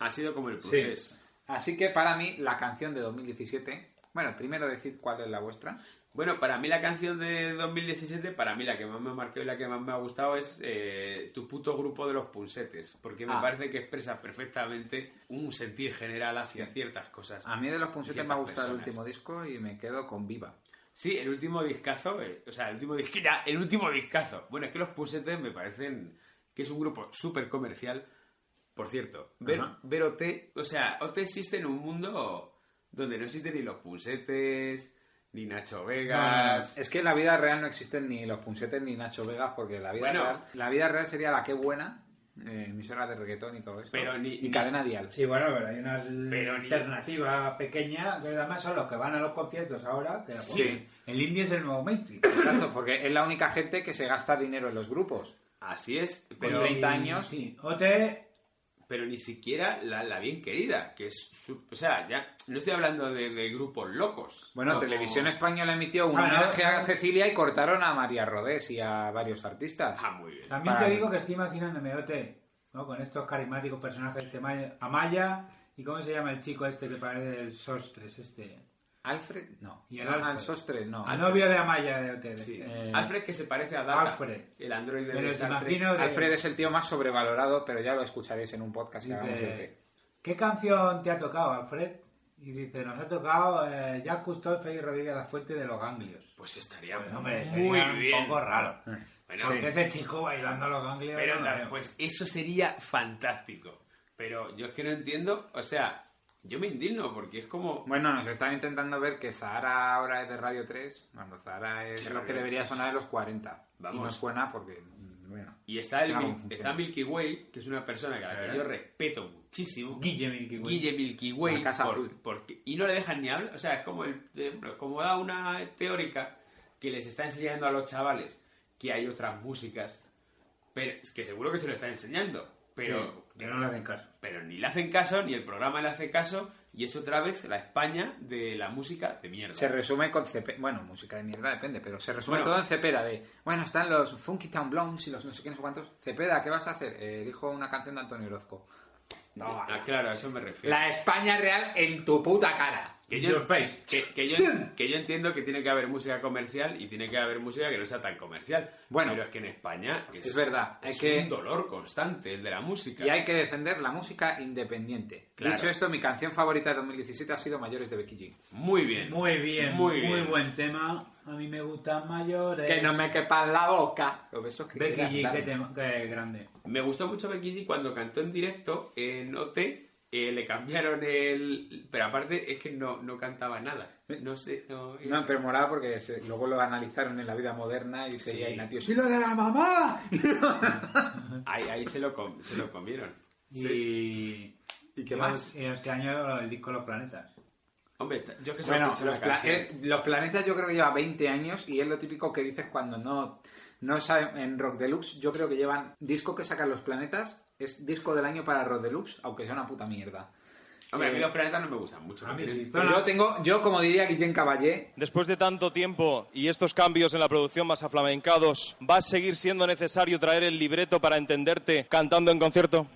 Speaker 3: Ha sido como el proceso.
Speaker 2: Así que para mí la canción de 2017, bueno, primero decid cuál es la vuestra.
Speaker 3: Bueno, para mí la canción de 2017, para mí la que más me marcó y la que más me ha gustado es eh, Tu puto grupo de los punsetes, porque me
Speaker 2: Ah.
Speaker 3: parece que expresa perfectamente un sentir general hacia ciertas cosas.
Speaker 2: A mí de los punsetes me ha
Speaker 3: Ciertas
Speaker 2: gustado el
Speaker 3: personas.
Speaker 2: último disco y me quedo con Viva.
Speaker 3: Sí, el último discazo, eh, o sea, el último disco, ya, el último discazo. Bueno, es que los Punsetes me parecen que es un grupo súper comercial. Por cierto, ver,
Speaker 2: Ajá.
Speaker 3: ver OT, o sea, OT existe en un mundo donde no existen ni los Punsetes, ni Nacho Vegas.
Speaker 2: Es que en la vida real no existen ni los punsetes ni Nacho Vegas, porque la vida,
Speaker 3: Bueno.
Speaker 2: real, la vida real sería la que buena, eh, emisora de reggaetón y todo esto.
Speaker 3: Pero ni-
Speaker 2: y
Speaker 3: ni-
Speaker 2: cadena dial.
Speaker 4: Sí, bueno, pero hay una
Speaker 3: Pero ni-
Speaker 4: alternativa pequeña, que además son los que van a los conciertos ahora. Que la
Speaker 2: Sí.
Speaker 4: ponen. El indie es el nuevo mainstream.
Speaker 2: Exacto, porque es la única gente que se gasta dinero en los grupos.
Speaker 3: Así es,
Speaker 2: Con
Speaker 3: pero,
Speaker 2: 30 años.
Speaker 4: Sí, OT
Speaker 3: pero ni siquiera la, la bien querida, que es, su- o sea, ya no estoy hablando de, de grupos locos.
Speaker 2: Bueno,
Speaker 3: como-
Speaker 2: Televisión Española emitió un
Speaker 4: Ah, no.
Speaker 2: homenaje a Cecilia y cortaron a María Rodés y a varios artistas.
Speaker 3: Ah, muy bien.
Speaker 4: También
Speaker 2: Para-
Speaker 4: te digo que estoy imaginándome, Ote, ¿no? con estos carismáticos personajes que Maya- Amaya y cómo se llama el chico este que parece el Sostres, este.
Speaker 2: Alfred, no.
Speaker 4: Y el
Speaker 2: Ah,
Speaker 4: Alfred.
Speaker 2: Sostre, no. este
Speaker 4: Al novio de Amaya de Ote. de-
Speaker 3: Sí.
Speaker 4: eh,
Speaker 3: Alfred que se parece a Data,
Speaker 4: Alfred.
Speaker 3: el androide
Speaker 4: Pero
Speaker 3: de
Speaker 4: te
Speaker 3: Star Trek.
Speaker 4: imagino de-
Speaker 2: Alfred es el tío más sobrevalorado, pero ya lo escucharéis en un podcast que
Speaker 4: dice,
Speaker 2: hagamos de té.
Speaker 4: ¿Qué canción te ha tocado, Alfred? Y dice, nos ha tocado eh, Jack Custolfe y Rodríguez La Fuente de los Ganglios.
Speaker 3: Pues estaría
Speaker 4: Pues, hombre,
Speaker 3: muy
Speaker 4: sería
Speaker 3: bien.
Speaker 4: un poco raro.
Speaker 3: Bueno,
Speaker 4: Porque ese chico bailando los ganglios...
Speaker 3: Pero
Speaker 4: no,
Speaker 3: tal,
Speaker 4: no.
Speaker 3: pues eso sería fantástico. Pero yo es que no entiendo, o sea, yo me indigno porque es como...
Speaker 2: Bueno, nos están intentando ver que Zahara ahora es de Radio 3. Bueno, Zahara es lo que
Speaker 3: Radio
Speaker 2: debería
Speaker 3: 3.
Speaker 2: sonar en los 40. Y no
Speaker 3: Vamos.
Speaker 2: suena porque... mm, Bueno.
Speaker 3: Y está, el,
Speaker 2: Claro,
Speaker 3: Mil-
Speaker 2: funciona.
Speaker 3: está Milky Way, que es una persona que, a la que
Speaker 2: ¿Eh?
Speaker 3: yo respeto muchísimo.
Speaker 4: Guille Milky Way.
Speaker 3: Guille Milky Way.
Speaker 2: La Casa
Speaker 3: por-
Speaker 2: Azul.
Speaker 3: porque- y no le dejan ni hablar. O sea, es como, el, de- como da una teórica que les está enseñando a los chavales que hay otras músicas, pero es que seguro que se lo está enseñando. Pero
Speaker 4: Sí, que no le hacen caso.
Speaker 3: pero ni le hacen caso, ni el programa le hace caso, y es otra vez la España de la música de mierda.
Speaker 2: Se resume con Cepeda. Bueno, música de mierda depende, pero se resume
Speaker 3: Bueno.
Speaker 2: todo en Cepeda. De, bueno, están los Funky Town Blondes y los no sé quiénes cuántos. Cepeda, ¿qué vas a hacer? Eh, dijo una canción de Antonio Orozco. No,
Speaker 3: Ah,
Speaker 2: vale.
Speaker 3: claro, a eso me refiero.
Speaker 2: la España real en tu puta cara.
Speaker 3: Que yo, que, que yo, que yo entiendo que tiene que haber música comercial y tiene que haber música que no sea tan comercial.
Speaker 2: Bueno.
Speaker 3: pero es que en España es,
Speaker 2: Es verdad, hay
Speaker 3: es
Speaker 2: que-
Speaker 3: un dolor constante el de la música.
Speaker 2: Y hay que defender la música independiente.
Speaker 3: Claro.
Speaker 2: Dicho esto, mi canción favorita de 2017 ha sido Mayores de Becky G.
Speaker 3: Muy bien.
Speaker 4: Muy bien,
Speaker 3: Muy
Speaker 4: muy,
Speaker 3: bien.
Speaker 4: buen tema. A mí me gustan mayores.
Speaker 2: Que no me quepan la boca. Los besos que
Speaker 4: Becky
Speaker 2: quieras
Speaker 4: G,
Speaker 2: darme.
Speaker 4: qué, tema- qué grande.
Speaker 3: Me gustó mucho Becky G cuando cantó en directo en OT. eh, le cambiaron el... Pero aparte es que no, no cantaba nada. No sé... No,
Speaker 2: No, pero moraba porque se- luego lo analizaron en la vida moderna y sería
Speaker 3: Sí.
Speaker 2: inatio. ¡Sí, lo de la mamá!
Speaker 3: Ahí, ahí se, lo com- se lo comieron.
Speaker 4: Y,
Speaker 2: ¿Y qué más?
Speaker 4: Y este año el disco Los Planetas.
Speaker 3: Hombre, está- yo es que solo
Speaker 2: Bueno,
Speaker 3: escucho la
Speaker 2: los, pla-
Speaker 3: canción.
Speaker 2: eh, los planetas yo creo que lleva 20 años y es lo típico que dices cuando no, no saben. En Rock Deluxe yo creo que llevan disco que sacan los planetas, es disco del año para Rock Deluxe, aunque sea una puta mierda.
Speaker 3: Hombre, a mí
Speaker 2: eh,
Speaker 3: los planetas no me gustan mucho.
Speaker 4: A mí
Speaker 3: ¿no?
Speaker 4: sí.
Speaker 2: Yo tengo, yo como diría Guillén Caballé,
Speaker 6: Después de tanto tiempo y estos cambios en la producción más aflamencados, ¿va a seguir siendo necesario traer el libreto para entenderte cantando en concierto?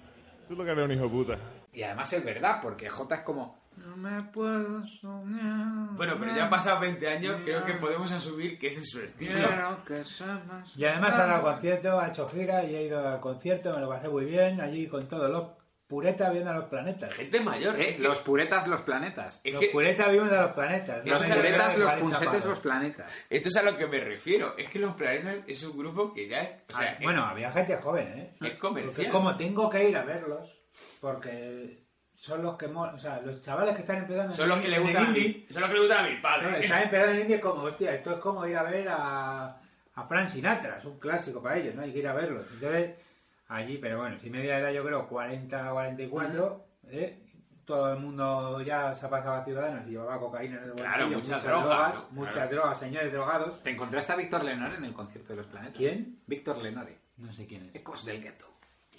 Speaker 6: Tú lo que eres un hijo puta.
Speaker 2: y además es verdad, porque J es como... No me puedo soñar.
Speaker 3: Bueno, pero ya han pasado 20 años, creo
Speaker 2: Ah.
Speaker 3: que podemos asumir que ese es su estilo.
Speaker 2: Quiero que sepas-
Speaker 4: Y además ha dado conciertos, ha hecho giras y he ido al concierto, me lo pasé muy bien allí con todos los puretas viendo a los planetas.
Speaker 3: Gente mayor,
Speaker 2: Eh,
Speaker 3: es que-
Speaker 2: los puretas, los planetas.
Speaker 3: es
Speaker 4: Los
Speaker 3: que-
Speaker 4: puretas vimos a los planetas.
Speaker 2: Los
Speaker 4: No me
Speaker 2: puretas,
Speaker 4: acuerdo de
Speaker 2: los
Speaker 4: 40
Speaker 2: punsetes,
Speaker 4: pavos.
Speaker 2: los planetas.
Speaker 3: Esto es a lo que me refiero. Es que los planetas es un grupo que ya es. o sea, eh,
Speaker 4: Ah, bueno, había gente joven, ¿eh?
Speaker 3: es
Speaker 4: Porque
Speaker 3: comercial.
Speaker 4: como tengo que ir a verlos, porque son los que... mo- O sea, los chavales que están empezando...
Speaker 3: Son los que le
Speaker 4: en el
Speaker 3: gustan a
Speaker 4: indie,
Speaker 3: mí. Son los que le gustan a mi
Speaker 4: No,
Speaker 3: padre.
Speaker 4: están empezando en India como, hostia, esto es como ir a ver a, a Frank Sinatra, es un clásico para ellos, ¿no? Hay que ir a verlos. Entonces, allí, pero bueno, si media edad yo creo 40, 44, ¿eh? todo el mundo ya se ha pasado a Ciudadanos y llevaba cocaína en el bolsillo.
Speaker 3: Claro, muchas drogas,
Speaker 4: drogas
Speaker 3: ¿no?
Speaker 4: Muchas
Speaker 3: Claro.
Speaker 4: drogas, señores drogados.
Speaker 2: ¿Te encontraste a Víctor Lenore en el concierto de los planetas?
Speaker 4: ¿Quién?
Speaker 2: Víctor Lenore.
Speaker 4: No sé quién es.
Speaker 2: Ecos del gueto.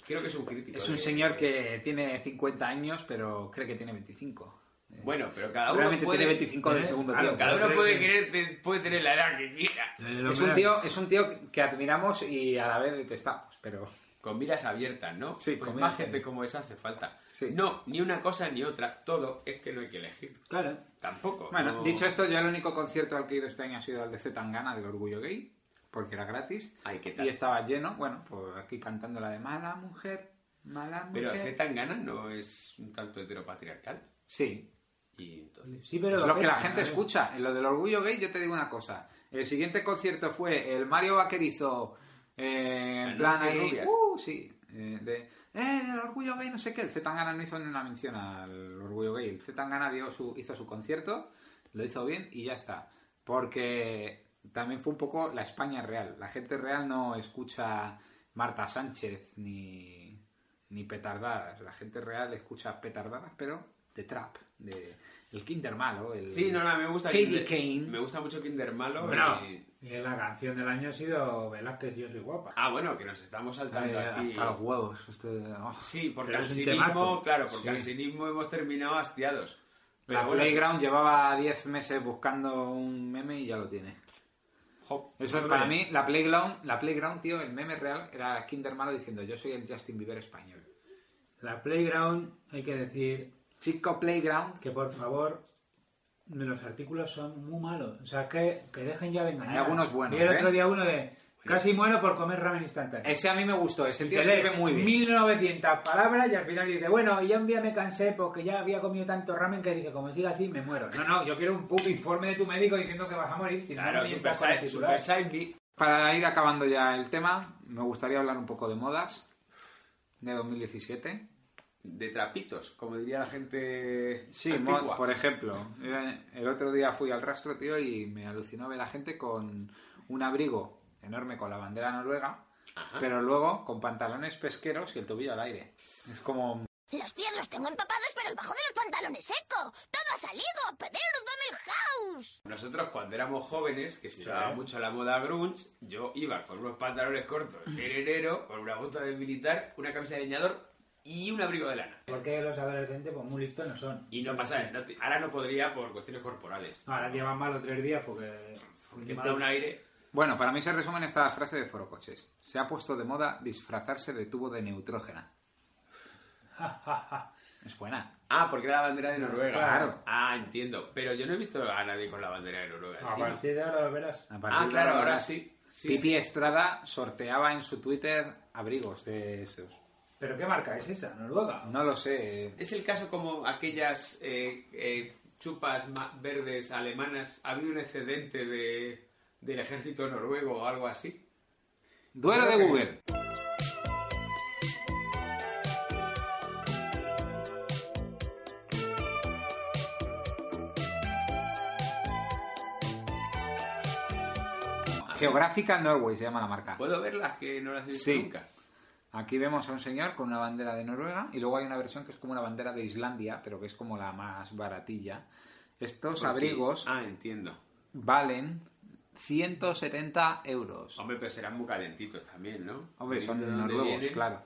Speaker 3: Creo que es un crítico. ¿eh?
Speaker 2: Es un
Speaker 3: de-
Speaker 2: señor que tiene 50 años, pero cree que tiene 25.
Speaker 3: Bueno, pero cada uno.
Speaker 2: Realmente
Speaker 3: puede...
Speaker 2: tiene 25 del
Speaker 4: ¿Eh?
Speaker 2: segundo
Speaker 4: Claro,
Speaker 2: tiempo.
Speaker 3: Cada uno
Speaker 4: Creo
Speaker 3: puede,
Speaker 4: que-
Speaker 3: querer, te- puede tener la edad que quiera.
Speaker 2: Es un, tío, es un tío que admiramos y a la vez detestamos, pero...
Speaker 3: Con miras abiertas, ¿no?
Speaker 2: Sí,
Speaker 3: Pues
Speaker 2: con
Speaker 3: más
Speaker 2: miras
Speaker 3: gente
Speaker 2: abiertas.
Speaker 3: como esa hace falta.
Speaker 2: Sí.
Speaker 3: No, ni una cosa ni otra. Todo es que no hay que elegir.
Speaker 4: Claro.
Speaker 3: Tampoco.
Speaker 2: Bueno,
Speaker 3: no-
Speaker 2: dicho esto, yo el único concierto al que he ido este año ha sido el de Zetangana del Orgullo Gay, porque era gratis.
Speaker 3: Ay, ¿qué tal?
Speaker 2: Y estaba lleno, bueno, pues aquí cantando la de mala mujer, mala mujer.
Speaker 3: Pero Z Tangana no es un tanto heteropatriarcal.
Speaker 2: Sí,
Speaker 3: Y entonces.
Speaker 4: Sí, pero
Speaker 2: es lo que la
Speaker 4: petan,
Speaker 2: gente
Speaker 4: ¿eh?
Speaker 2: escucha. En lo del orgullo gay, yo te digo una cosa. El siguiente concierto fue el Mario Vaquerizo. eh, en
Speaker 3: Las
Speaker 2: plan
Speaker 3: Nancy
Speaker 2: ahí.
Speaker 3: Rubias.
Speaker 2: Uh, sí. eh, de. Eh, del orgullo gay, no sé qué. El Zetangana no hizo ni una mención al orgullo gay. El Zetangana dio su, hizo su concierto, lo hizo bien y ya está. Porque también fue un poco la España real. La gente real no escucha Marta Sánchez ni, ni petardadas. La gente real escucha petardadas, pero de trap. De, el Kinder malo. El,
Speaker 3: Sí, no, no, me gusta.
Speaker 2: Katie
Speaker 3: Kinder-
Speaker 2: Kane.
Speaker 3: Me gusta mucho Kinder Malo.
Speaker 4: Bueno,
Speaker 3: y-
Speaker 4: y la canción del año ha sido Velázquez, yo soy guapa.
Speaker 3: Ah, bueno, que nos estamos
Speaker 2: Ay,
Speaker 3: saltando aquí.
Speaker 2: hasta los huevos. usted- oh.
Speaker 3: Sí, porque
Speaker 4: Pero
Speaker 3: al
Speaker 4: es un
Speaker 3: cinismo,
Speaker 4: temazo.
Speaker 3: claro, porque
Speaker 4: Sí.
Speaker 3: al cinismo hemos terminado hastiados. Pero
Speaker 2: La
Speaker 3: bueno,
Speaker 2: Playground llevaba 10 meses buscando un meme y ya lo tiene.
Speaker 3: jo,
Speaker 2: Eso es para mí, la Playground, la Playground, tío, el meme real era Kinder Malo diciendo yo soy el Justin Bieber español.
Speaker 4: La Playground, hay que decir,
Speaker 2: Chico Playground,
Speaker 4: que por favor los artículos son muy malos o sea que, que dejen ya de engañar
Speaker 2: Hay algunos buenos,
Speaker 4: vi el
Speaker 2: ¿eh?
Speaker 4: otro día uno de Casi muero por comer ramen instantáneo.
Speaker 2: Ese a mí me gustó, ese tío
Speaker 4: Te lees
Speaker 2: escribe muy bien.
Speaker 4: 1900 palabras y al final dice, bueno, y ya un día me cansé porque ya había comido tanto ramen que dije, como siga así, me muero. No, no, yo quiero un puto informe de tu médico diciendo que vas a morir. Si
Speaker 2: Claro,
Speaker 4: no, no
Speaker 2: super
Speaker 4: mientas con el
Speaker 2: sci-
Speaker 4: titular.
Speaker 2: super Para ir acabando ya el tema, me gustaría hablar un poco de modas de 2017.
Speaker 3: De trapitos, como diría la gente.
Speaker 2: Sí,
Speaker 3: antigua.
Speaker 2: mo- por ejemplo, eh, el otro día fui al rastro, tío, y me alucinó ver a gente con un abrigo enorme con la bandera noruega, pero luego con pantalones pesqueros y el tobillo al aire. Es como...
Speaker 7: Los pies los tengo empapados, pero el bajo de los pantalones seco. Todo ha salido. Pedro, dame el house.
Speaker 3: Nosotros cuando éramos jóvenes, que se llevaba mucho la moda grunge, yo iba con unos pantalones cortos en enero, con una bota de militar, una camisa de leñador y un abrigo de lana.
Speaker 4: Porque los adolescentes, pues muy listos no son.
Speaker 3: Y no pasa, no te- ahora no podría por cuestiones corporales.
Speaker 4: No, ahora llevan malo tres días porque...
Speaker 3: Porque me da un aire.
Speaker 2: Bueno, para mí se resume en esta frase de Forocoches. Se ha puesto de moda disfrazarse de tubo de neutrógena. Es buena.
Speaker 3: Ah, porque era la bandera de Noruega.
Speaker 2: Claro.
Speaker 3: Ah, entiendo. Pero yo no he visto a nadie con la bandera de Noruega.
Speaker 4: A
Speaker 3: encima.
Speaker 4: partir de ahora lo verás.
Speaker 3: Ah, claro, ahora sí. sí,
Speaker 2: Pipi
Speaker 3: sí.
Speaker 2: Estrada sorteaba en su Twitter abrigos de esos.
Speaker 4: ¿Pero qué marca es esa? ¿Noruega?
Speaker 2: No lo sé. eh,
Speaker 3: Es el caso como aquellas eh, eh, chupas ma- verdes alemanas. Había un excedente de, del ejército noruego o algo así.
Speaker 2: Duelo de
Speaker 3: Creo que-
Speaker 2: Google. Geográfica Norway se llama la marca.
Speaker 3: ¿Puedo verlas que no las he visto
Speaker 2: Sí.
Speaker 3: nunca?
Speaker 2: Aquí vemos a un señor con una bandera de Noruega y luego hay una versión que es como una bandera de Islandia, pero que es como la más baratilla. Estos
Speaker 3: Porque-
Speaker 2: abrigos
Speaker 3: Ah, entiendo.
Speaker 2: valen 170 euros.
Speaker 3: Hombre, pero serán muy calentitos también, ¿no?
Speaker 2: Hombre, son
Speaker 3: Dependiendo de dónde
Speaker 2: noruegos,
Speaker 3: vienen.
Speaker 2: claro.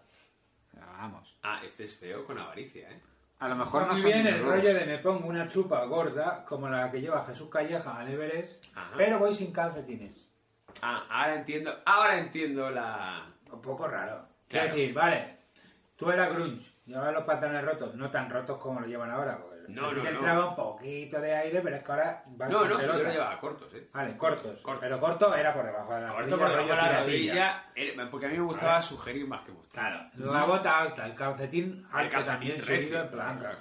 Speaker 2: Pero Vamos.
Speaker 3: Ah, este es feo con avaricia, ¿eh?
Speaker 2: A lo mejor no
Speaker 4: Muy
Speaker 2: son
Speaker 4: bien el
Speaker 2: noruegos.
Speaker 4: rollo de me pongo una chupa gorda como la que lleva Jesús Calleja al Everest,
Speaker 3: Ajá.
Speaker 4: pero voy sin calcetines.
Speaker 3: Ah, ahora entiendo, ahora entiendo la...
Speaker 4: Un poco raro.
Speaker 3: Claro.
Speaker 4: Quiero decir, vale, tú eras grunge, llevabas los pantalones rotos, no tan rotos como lo llevan ahora. Porque
Speaker 3: No,
Speaker 4: a ti
Speaker 3: no,
Speaker 4: te
Speaker 3: no.
Speaker 4: entraba un poquito de aire, pero es que ahora vas
Speaker 3: No,
Speaker 4: con
Speaker 3: no, yo
Speaker 4: pelota.
Speaker 3: lo llevaba cortos, ¿eh?
Speaker 4: Vale, cortos. Pero corto era por debajo de Ah, la
Speaker 3: Corto por debajo de la
Speaker 4: piratilla.
Speaker 3: rodilla, era- porque a mí me gustaba
Speaker 4: Vale.
Speaker 3: sugerir más que mostrar.
Speaker 4: Claro, la bota alta, el calcetín alto
Speaker 3: calcetín
Speaker 4: también
Speaker 3: recio,
Speaker 4: subido en plan,
Speaker 3: claro.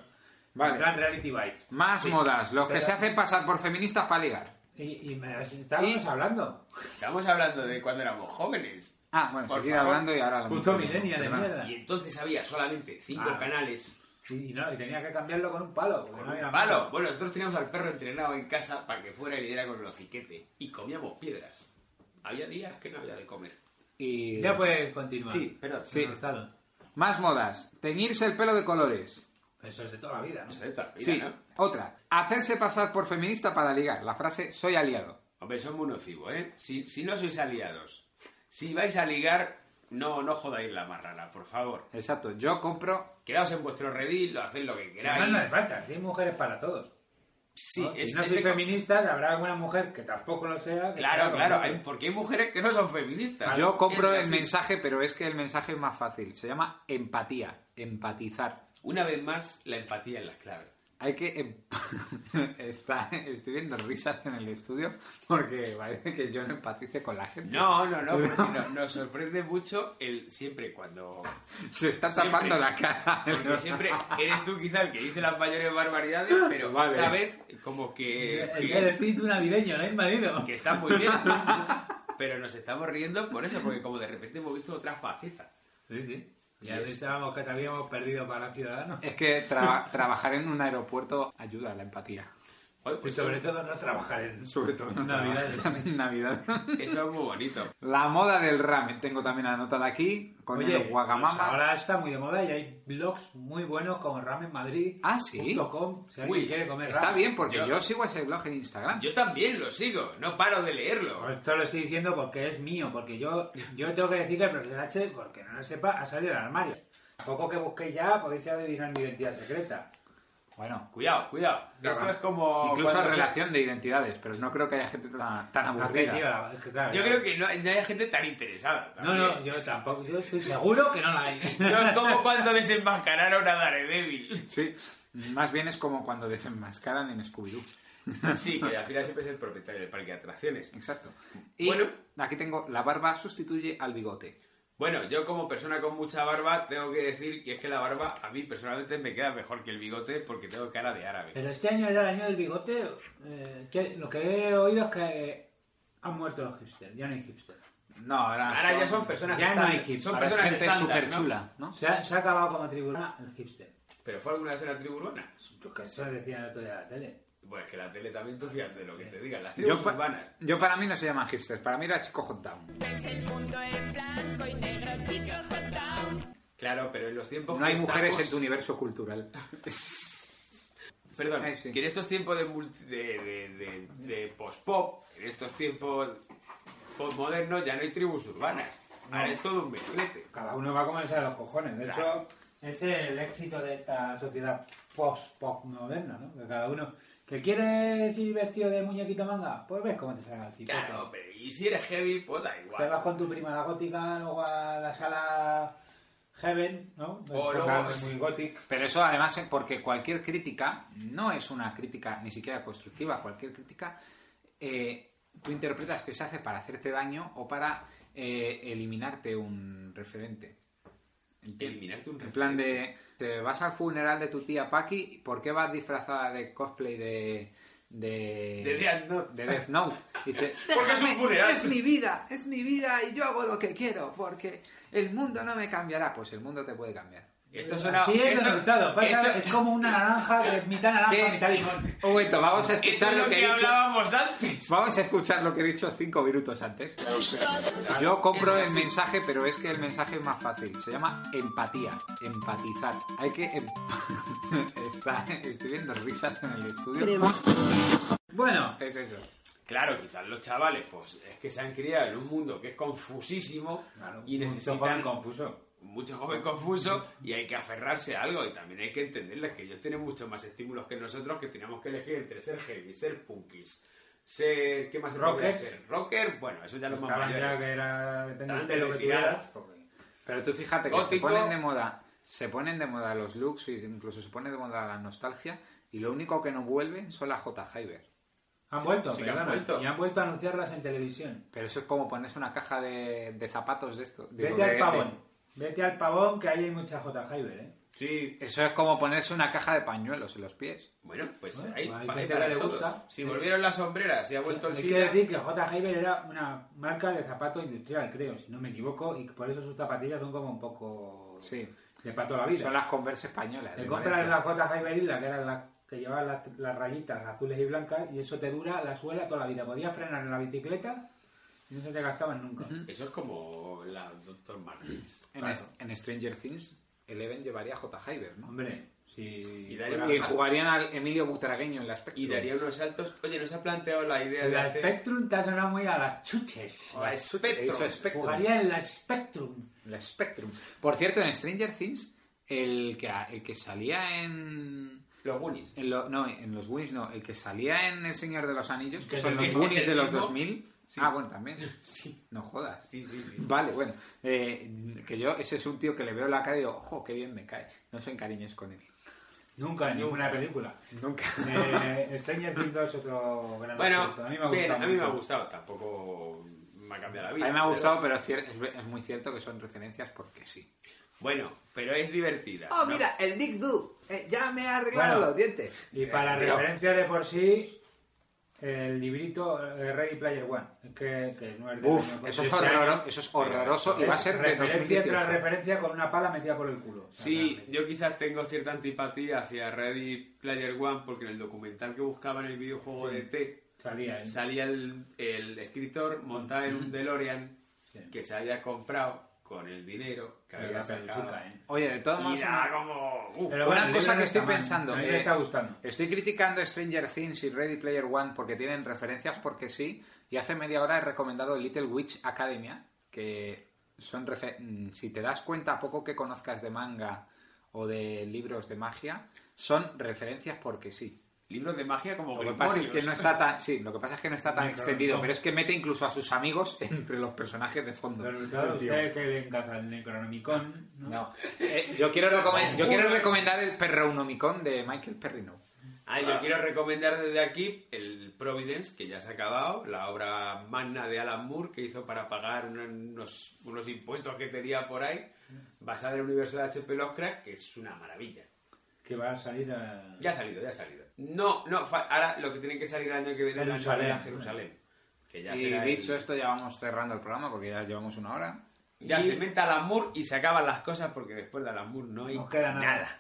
Speaker 2: Vale.
Speaker 4: en plan reality bites.
Speaker 2: Más
Speaker 4: Sí.
Speaker 2: modas, los que
Speaker 4: Pero-
Speaker 2: se hacen pasar por feministas para ligar.
Speaker 4: Y, y me estábamos hablando.
Speaker 3: Estamos hablando de cuando éramos jóvenes.
Speaker 2: Ah, bueno,
Speaker 3: Por
Speaker 2: seguir
Speaker 3: favor.
Speaker 2: hablando y ahora...
Speaker 4: Puto
Speaker 2: milenia
Speaker 4: millennial de mierda.
Speaker 3: Y entonces había solamente cinco
Speaker 4: Ah.
Speaker 3: canales
Speaker 4: Y, y no, y tenía que cambiarlo con un palo. porque
Speaker 3: con
Speaker 4: no
Speaker 3: un
Speaker 4: había
Speaker 3: palo. Bueno, nosotros teníamos al perro entrenado en casa para que fuera y le diera con el hociquete. Y comíamos piedras. Había días que no había de comer.
Speaker 2: Y...
Speaker 4: Ya pues. puedes continuar.
Speaker 3: Sí, perdón.
Speaker 2: Pues, Sí.
Speaker 4: Me gustaron.
Speaker 2: Más modas, teñirse el pelo de colores.
Speaker 4: Eso es de toda la vida, ¿no?
Speaker 3: No sé, de toda la vida,
Speaker 2: Sí,
Speaker 3: ¿no?
Speaker 2: otra. Hacerse pasar por feminista para ligar. La frase soy aliado.
Speaker 3: Hombre, eso es muy nocivo, ¿eh? Si, si no sois aliados, si vais a ligar, no, no jodáis la marrana, por favor.
Speaker 2: Exacto. Yo compro.
Speaker 3: Quedaos en vuestro redil, haced lo que
Speaker 4: Además, no hace
Speaker 3: queráis.
Speaker 4: falta, sí hay mujeres para todos.
Speaker 3: Sí,
Speaker 4: ¿no?
Speaker 3: es,
Speaker 4: si no soy
Speaker 3: ese-
Speaker 4: feminista, habrá alguna mujer que tampoco lo sea. que
Speaker 3: Claro,
Speaker 4: sea
Speaker 3: claro,
Speaker 4: como-
Speaker 3: hay- porque hay mujeres que no son feministas.
Speaker 2: Yo compro
Speaker 3: Es
Speaker 2: el
Speaker 3: así.
Speaker 2: mensaje, pero es que el mensaje es más fácil. Se llama empatía. Empatizar.
Speaker 3: Una vez más, la empatía es la clave.
Speaker 2: Hay que. emp- Está, estoy viendo risas en el estudio porque parece que yo no empatice con la gente.
Speaker 3: No, no, no, porque no- nos sorprende mucho el siempre cuando...
Speaker 2: Se está
Speaker 3: Siempre.
Speaker 2: tapando la cara.
Speaker 3: Porque siempre eres tú quizá el que dice las mayores barbaridades, pero
Speaker 2: Vale.
Speaker 3: esta vez como que...
Speaker 4: Es el espíritu navideño, ¿no, invadido?
Speaker 3: que está muy bien, pero nos estamos riendo por eso, porque como de repente hemos visto otra faceta.
Speaker 4: Sí, sí. Ya
Speaker 3: Yes.
Speaker 4: pensábamos que te habíamos perdido para Ciudadanos.
Speaker 2: Es que tra- trabajar en un aeropuerto ayuda a la empatía.
Speaker 3: Joder,
Speaker 4: Y
Speaker 3: pues
Speaker 4: sobre todo no trabajar en
Speaker 2: Sobre todo en
Speaker 4: Navidades.
Speaker 2: Navidad.
Speaker 3: Eso es muy bonito.
Speaker 2: La moda del ramen, tengo también anotada aquí, con el guagamama.
Speaker 4: pues ahora está muy de moda y hay blogs muy buenos como ramenmadrid.com.
Speaker 2: Ah, sí.
Speaker 4: Si alguien
Speaker 3: Uy,
Speaker 4: quiere comer
Speaker 2: Está
Speaker 4: ramen.
Speaker 2: bien, porque
Speaker 3: Yo-
Speaker 2: yo... sigo ese blog en Instagram.
Speaker 3: Yo también lo sigo, no paro de leerlo.
Speaker 4: Esto lo estoy diciendo porque es mío, porque yo, yo tengo que decir que el profesor H, porque no lo sepa, ha salido del armario. Poco que busquéis ya, podéis adivinar mi identidad secreta.
Speaker 2: Bueno,
Speaker 3: Cuidado, cuidado. Esto
Speaker 2: va.
Speaker 3: es como...
Speaker 2: incluso
Speaker 3: cuando se-
Speaker 2: relación de identidades, pero no creo que haya gente tan, tan
Speaker 4: La que,
Speaker 2: aburrida.
Speaker 4: Ah, tío, la- es que, claro,
Speaker 3: Ah, pues Yo
Speaker 4: ya-
Speaker 3: creo que no, no hay gente tan interesada.
Speaker 4: No,
Speaker 3: también.
Speaker 4: no, yo tampoco. Yo estoy seguro que no la hay.
Speaker 3: No es como cuando desenmascararon a Daredevil.
Speaker 2: Sí, más bien es como cuando desenmascaran en Scooby-Doo.
Speaker 3: Sí, que al final siempre es el propietario del parque de atracciones.
Speaker 2: Exacto. Y bueno, aquí tengo la barba sustituye al bigote.
Speaker 3: Bueno, yo como persona con mucha barba tengo que decir que es que la barba a mí personalmente me queda mejor que el bigote porque tengo cara de árabe.
Speaker 2: Eh,
Speaker 4: Pero este año era el año del bigote. eh, que- lo que he oído es que han muerto los hipsters, ya no hay hipsters.
Speaker 2: No, ahora,
Speaker 3: Ahora ya son personas
Speaker 4: Ya no
Speaker 3: estándar,
Speaker 4: hay hipsters.
Speaker 3: son Ahora es personas gente estándar, ¿no?
Speaker 2: superchula, ¿no?
Speaker 4: Se, ha, se ha acabado como tribu urbana el hipster.
Speaker 3: ¿Pero fue alguna vez una tribu urbana?
Speaker 4: Lo que eso decía el otro día en la tele.
Speaker 3: Pues que la tele también tú fíjate de lo que te digan. Las
Speaker 2: Yo,
Speaker 3: tribus
Speaker 2: pa-
Speaker 3: urbanas.
Speaker 2: yo para mí no se llaman hipsters, para mí era chico hot down.
Speaker 14: Es el mundo en blanco y negro, chico hot down.
Speaker 3: Claro, pero en los tiempos
Speaker 2: No hay
Speaker 3: que
Speaker 2: mujeres
Speaker 3: estamos-
Speaker 2: en tu universo cultural.
Speaker 3: Perdón,
Speaker 2: Eh, sí.
Speaker 3: que en estos tiempos de, multi- de, de, de- de post-pop, en estos tiempos postmodernos, ya no hay tribus urbanas. Ahora es todo un mezclete.
Speaker 4: Cada uno va a comerse a los cojones. De hecho, es el éxito de esta sociedad post-postmoderna, ¿no? Que cada uno. ¿Que quieres ir vestido de muñequito manga? Pues ves cómo te salga el cipote.
Speaker 3: Claro, pero y si eres heavy, pues da
Speaker 4: Te
Speaker 3: igual.
Speaker 4: vas con tu prima a la gótica, luego a la sala Heaven, ¿no?
Speaker 2: O
Speaker 4: Porque
Speaker 2: luego,
Speaker 4: ahora es
Speaker 3: pues
Speaker 2: sí.
Speaker 4: muy gothic.
Speaker 2: Pero eso además es porque cualquier crítica no es una crítica ni siquiera constructiva, cualquier crítica eh, tú interpretas que se hace para hacerte daño o para eh, eliminarte un referente.
Speaker 3: Eliminarte un
Speaker 2: En plan de, te vas al funeral de tu tía Paki, ¿por qué vas disfrazada de cosplay de... De,
Speaker 3: De Death Note.
Speaker 2: de Death Note? Dice,
Speaker 3: Porque es un funeral.
Speaker 2: Es mi vida, es mi vida y yo hago lo que quiero porque el mundo no me cambiará. Pues el mundo te puede cambiar.
Speaker 3: Esto
Speaker 4: Así es el resultado. Pasa- Es como una naranja que es mitad
Speaker 3: Ah,
Speaker 4: naranja,
Speaker 2: ¿Qué?
Speaker 4: mitad limón.
Speaker 2: Un momento, vamos a escuchar
Speaker 4: Eso es
Speaker 2: lo
Speaker 4: lo
Speaker 2: que,
Speaker 4: que
Speaker 2: he dicho.
Speaker 3: hablábamos antes.
Speaker 2: Vamos a escuchar lo que he dicho cinco minutos antes. Yo compro el mensaje, pero es que el mensaje es más fácil. Se llama empatía, empatizar. Hay que... em- Está- estoy viendo risas en el estudio.
Speaker 4: Bueno,
Speaker 2: es eso.
Speaker 3: Claro, quizás los chavales, pues es que se han criado en un mundo que es confusísimo y
Speaker 4: mucho
Speaker 3: necesitan.
Speaker 4: joven confuso.
Speaker 3: Mucho joven confuso y hay que aferrarse a algo. Y también hay que entenderles que ellos tienen muchos más estímulos que nosotros que tenemos que elegir entre ser heavy, ser punkis, ser. ¿Qué más se
Speaker 4: Rocker.
Speaker 3: podría ser? Rocker, bueno, eso ya los más
Speaker 4: Estaban ya
Speaker 3: mayores.
Speaker 4: que era- depende
Speaker 3: Estaban
Speaker 4: de lo que
Speaker 3: tiradas.
Speaker 4: tuvieras, porque-
Speaker 2: Pero tú fíjate que se
Speaker 3: Gótico.
Speaker 2: ponen de moda, se ponen de moda los looks, y incluso se pone de moda la nostalgia y lo único que no vuelven son las J. Hyber.
Speaker 4: Han
Speaker 2: Sí,
Speaker 4: vuelto,
Speaker 2: sí que
Speaker 4: perdona,
Speaker 2: han vuelto.
Speaker 4: y han vuelto a anunciarlas en televisión.
Speaker 2: Pero eso es como ponerse una caja de, de zapatos de esto. digo,
Speaker 4: Vete
Speaker 2: de-
Speaker 4: al
Speaker 2: de-
Speaker 4: pavón. Vete al pavón que ahí hay mucha J. Hyber, ¿eh?
Speaker 3: Sí.
Speaker 2: Eso es como ponerse una caja de pañuelos en los pies.
Speaker 3: Bueno, pues
Speaker 4: Bueno,
Speaker 3: hay,
Speaker 4: hay
Speaker 3: pa- hay
Speaker 4: gente
Speaker 3: para
Speaker 4: que le
Speaker 3: todos.
Speaker 4: gusta.
Speaker 3: Si volvieron las sombreras y ha
Speaker 2: Pues
Speaker 3: vuelto el
Speaker 4: Hay que
Speaker 3: SIDA,
Speaker 4: decir que J. Hyber era una marca de zapatos industrial, creo, si no me equivoco, y que por eso sus zapatillas son como un poco
Speaker 2: Sí.
Speaker 4: de pato la vida.
Speaker 2: Son las Converse españolas.
Speaker 4: Te
Speaker 2: de
Speaker 4: compras
Speaker 2: Valencia.
Speaker 4: las J. Hyber Isla, que eran las que llevaban las, las rayitas azules y blancas, y eso te dura la suela toda la vida. Podías frenar en la bicicleta y no se te gastaban nunca.
Speaker 3: eso es como la Dr. Martins.
Speaker 2: En, es- en Stranger Things, Eleven llevaría a J. Hyber, ¿no?
Speaker 4: Hombre, sí.
Speaker 3: Y
Speaker 2: Y,
Speaker 3: daría unos-
Speaker 2: jugarían al Emilio Butragueño en la Spectrum.
Speaker 3: Y daría unos saltos. Oye, nos ha planteado la idea de
Speaker 4: La
Speaker 3: hacer.
Speaker 4: Spectrum te ha sonado muy a las chuches.
Speaker 3: A la
Speaker 2: He dicho Spectrum.
Speaker 4: Jugaría en la Spectrum.
Speaker 2: La Spectrum. Por cierto, en Stranger Things, el que, el que salía en...
Speaker 3: Los Goonies.
Speaker 2: en lo- no, en los Goonies no. El que salía en El Señor de los Anillos, que
Speaker 3: Que
Speaker 2: son
Speaker 3: es
Speaker 2: los
Speaker 3: el mismo,
Speaker 2: Goonies
Speaker 3: es el
Speaker 2: de los
Speaker 3: mismo.
Speaker 2: 2000. Ah, bueno, también. No jodas.
Speaker 3: Sí, sí, sí.
Speaker 2: Vale, bueno. eh, que yo, ese es un tío que le veo la cara y digo, ojo, qué bien me cae. No se encariñes con él.
Speaker 4: Nunca, en ninguna película.
Speaker 2: Nunca.
Speaker 4: Eh, Stranger Things 2 es otro gran
Speaker 3: Bueno,
Speaker 4: aspecto.
Speaker 3: bien, a mí me ha
Speaker 4: mucho.
Speaker 3: gustado. Tampoco me ha cambiado la
Speaker 2: A
Speaker 3: vida.
Speaker 2: mí me ha gustado,
Speaker 3: pero.
Speaker 2: pero es, cier- es ve- es muy cierto que son referencias porque sí.
Speaker 3: Bueno, pero es divertida.
Speaker 2: Oh,
Speaker 3: ¿no?
Speaker 2: mira, el Dick Du. ya me ha
Speaker 4: arreglado
Speaker 2: arreglado
Speaker 4: Bueno, los
Speaker 2: los dientes.
Speaker 3: Eh,
Speaker 4: Y para
Speaker 2: Tío.
Speaker 4: referencia de por sí, el librito eh, Ready Player One. Es que, que no es de
Speaker 2: Uf, eso
Speaker 4: año,
Speaker 2: es
Speaker 4: de este
Speaker 2: horroro-
Speaker 4: año.
Speaker 2: eso es horroroso y va a ser de
Speaker 4: referencia
Speaker 2: 2018.
Speaker 4: tras referencia con una pala metida por el culo.
Speaker 3: Sí, yo quizás tengo cierta antipatía hacia Ready Player One porque en el documental que buscaba en el videojuego de T
Speaker 4: Salía, ¿eh?
Speaker 3: salía el, el escritor montado en un DeLorean que se había comprado con el dinero que
Speaker 4: Pero
Speaker 3: había
Speaker 4: la
Speaker 3: sacado.
Speaker 4: peluca, ¿eh?
Speaker 2: Oye, de todas
Speaker 3: Y da
Speaker 2: maneras...
Speaker 3: como... uh,
Speaker 4: Pero bueno,
Speaker 2: una
Speaker 4: el libro
Speaker 2: cosa
Speaker 4: no
Speaker 2: que
Speaker 4: está
Speaker 2: estoy
Speaker 4: mal.
Speaker 2: pensando.
Speaker 4: A mí me
Speaker 2: eh,
Speaker 4: está gustando.
Speaker 2: Estoy criticando Stranger Things y Ready Player One porque tienen referencias porque sí. Y hace media hora he recomendado Little Witch Academia, que son. refe- mm, Si te das cuenta, poco que conozcas de manga o de libros de magia, son referencias porque sí.
Speaker 3: Libros de magia como
Speaker 2: Lo que pasa es que
Speaker 3: gregorios.
Speaker 2: no está tan. Sí, lo que pasa es que no está tan
Speaker 4: Pero
Speaker 2: extendido,
Speaker 4: no.
Speaker 2: pero es que mete incluso a sus amigos entre los personajes de fondo.
Speaker 4: Pero claro,
Speaker 2: Tío.
Speaker 4: usted que le encanta el Necronomicon, ¿no?
Speaker 2: No. Eh, yo, quiero recomen- yo quiero recomendar el Perrounomicon de Michael Perrino.
Speaker 3: Ah, y yo quiero recomendar desde aquí el Providence, que ya se ha acabado, la obra magna de Alan Moore que hizo para pagar unos, unos impuestos que tenía por ahí, basada en el universo de H.P. Lovecraft, que es una maravilla.
Speaker 4: Que va a salir eh, a...
Speaker 3: Ya ha salido, ya ha salido. No, no, fa- ahora lo que tienen que salir el año que viene es la
Speaker 15: Jerusalén.
Speaker 3: novela Jerusalén. Que ya
Speaker 15: y
Speaker 3: será el-
Speaker 15: dicho esto, ya vamos cerrando el programa porque ya llevamos una hora.
Speaker 3: Ya
Speaker 15: Y-
Speaker 3: se inventa Alan Moore y se acaban las cosas porque después de Alan Moore no hay
Speaker 15: No queda nada.
Speaker 3: nada.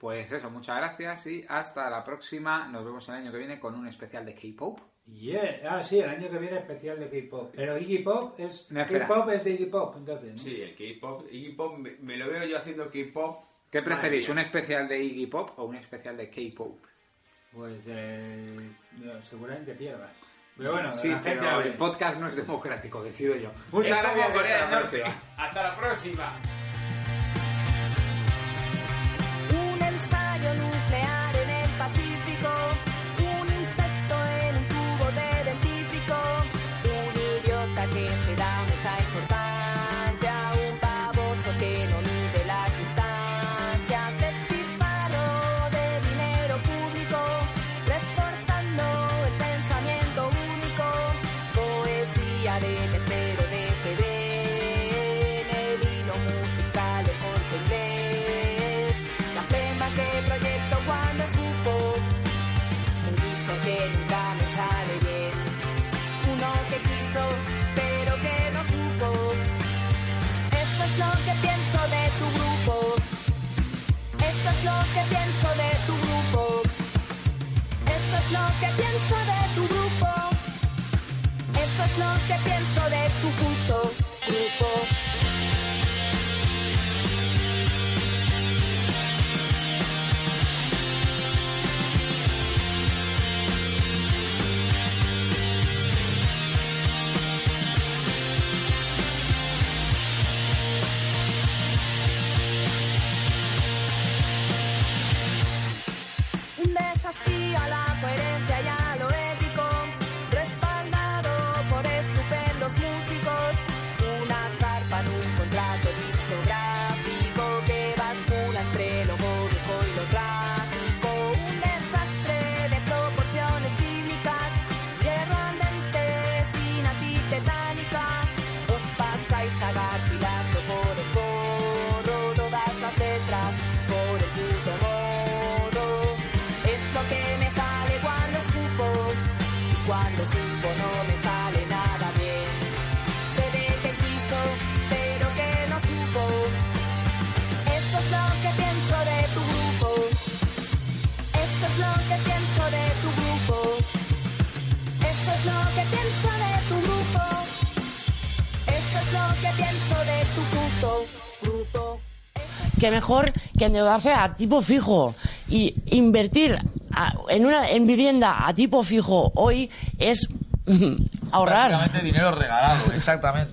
Speaker 15: Pues eso, muchas gracias y hasta la próxima. Nos vemos el año que viene con un especial de K-pop.
Speaker 4: Yeah. Ah, sí, el año que viene especial de K-pop. Pero Iggy Pop es...
Speaker 15: No, espera.
Speaker 4: K-pop es de Iggy Pop, entonces. ¿no?
Speaker 3: Sí, el K-pop. Iggy Pop, me, me lo veo yo haciendo K-pop.
Speaker 15: ¿Qué
Speaker 3: Madre
Speaker 15: preferís,
Speaker 3: mía.
Speaker 15: un especial de Iggy Pop o un especial de K-pop?
Speaker 4: Pues eh, no, seguramente pierdas. Pero bueno,
Speaker 15: sí,
Speaker 4: la gente
Speaker 15: pero
Speaker 4: abre.
Speaker 15: el podcast no es democrático, decido yo. Eh,
Speaker 3: Es
Speaker 15: Muchas
Speaker 3: como
Speaker 15: gracias. y
Speaker 3: Corea
Speaker 15: hasta la
Speaker 3: del Norte.
Speaker 15: próxima.
Speaker 3: Hasta la próxima.
Speaker 16: Un ensayo nuclear en el Pacífico, un insecto en un tubo de dentífrico, un idiota que se da mucha importancia, un baboso que no mide las distancias, despilfarro de dinero público, reforzando el pensamiento único, poesía de tercero de TV, el hilo musical de corte inglés. La flema que proyecto cuando escupo Dice que nunca me sale bien Uno que quiso pero que no supo Esto es lo que pienso de tu grupo Esto es lo que pienso de tu grupo Esto es lo que pienso de tu grupo Esto es lo que pienso de tu justo grupo un desafío a la coherencia y a lo ético, respaldado por estupendos músicos, una zarpa en un contrato discográfico que bascula entre lo górico y lo trágico, un desastre de proporciones químicas, guerra andante sin antitetánica, os pasáis a dar filazo por el gorro, todas las letras por el puto gorro. Es lo que me sale cuando escupo y cuando escupo no me sale nada bien. Se ve que quiso, pero que no supo. Esto es lo que pienso de tu grupo. Esto es lo que pienso de tu grupo. Esto es lo que pienso de tu grupo. Esto es lo que pienso de tu puto grupo.
Speaker 17: que mejor que endeudarse a tipo fijo y invertir a- en una en vivienda a tipo fijo hoy es ahorrar
Speaker 18: Prácticamente dinero regalado, exactamente.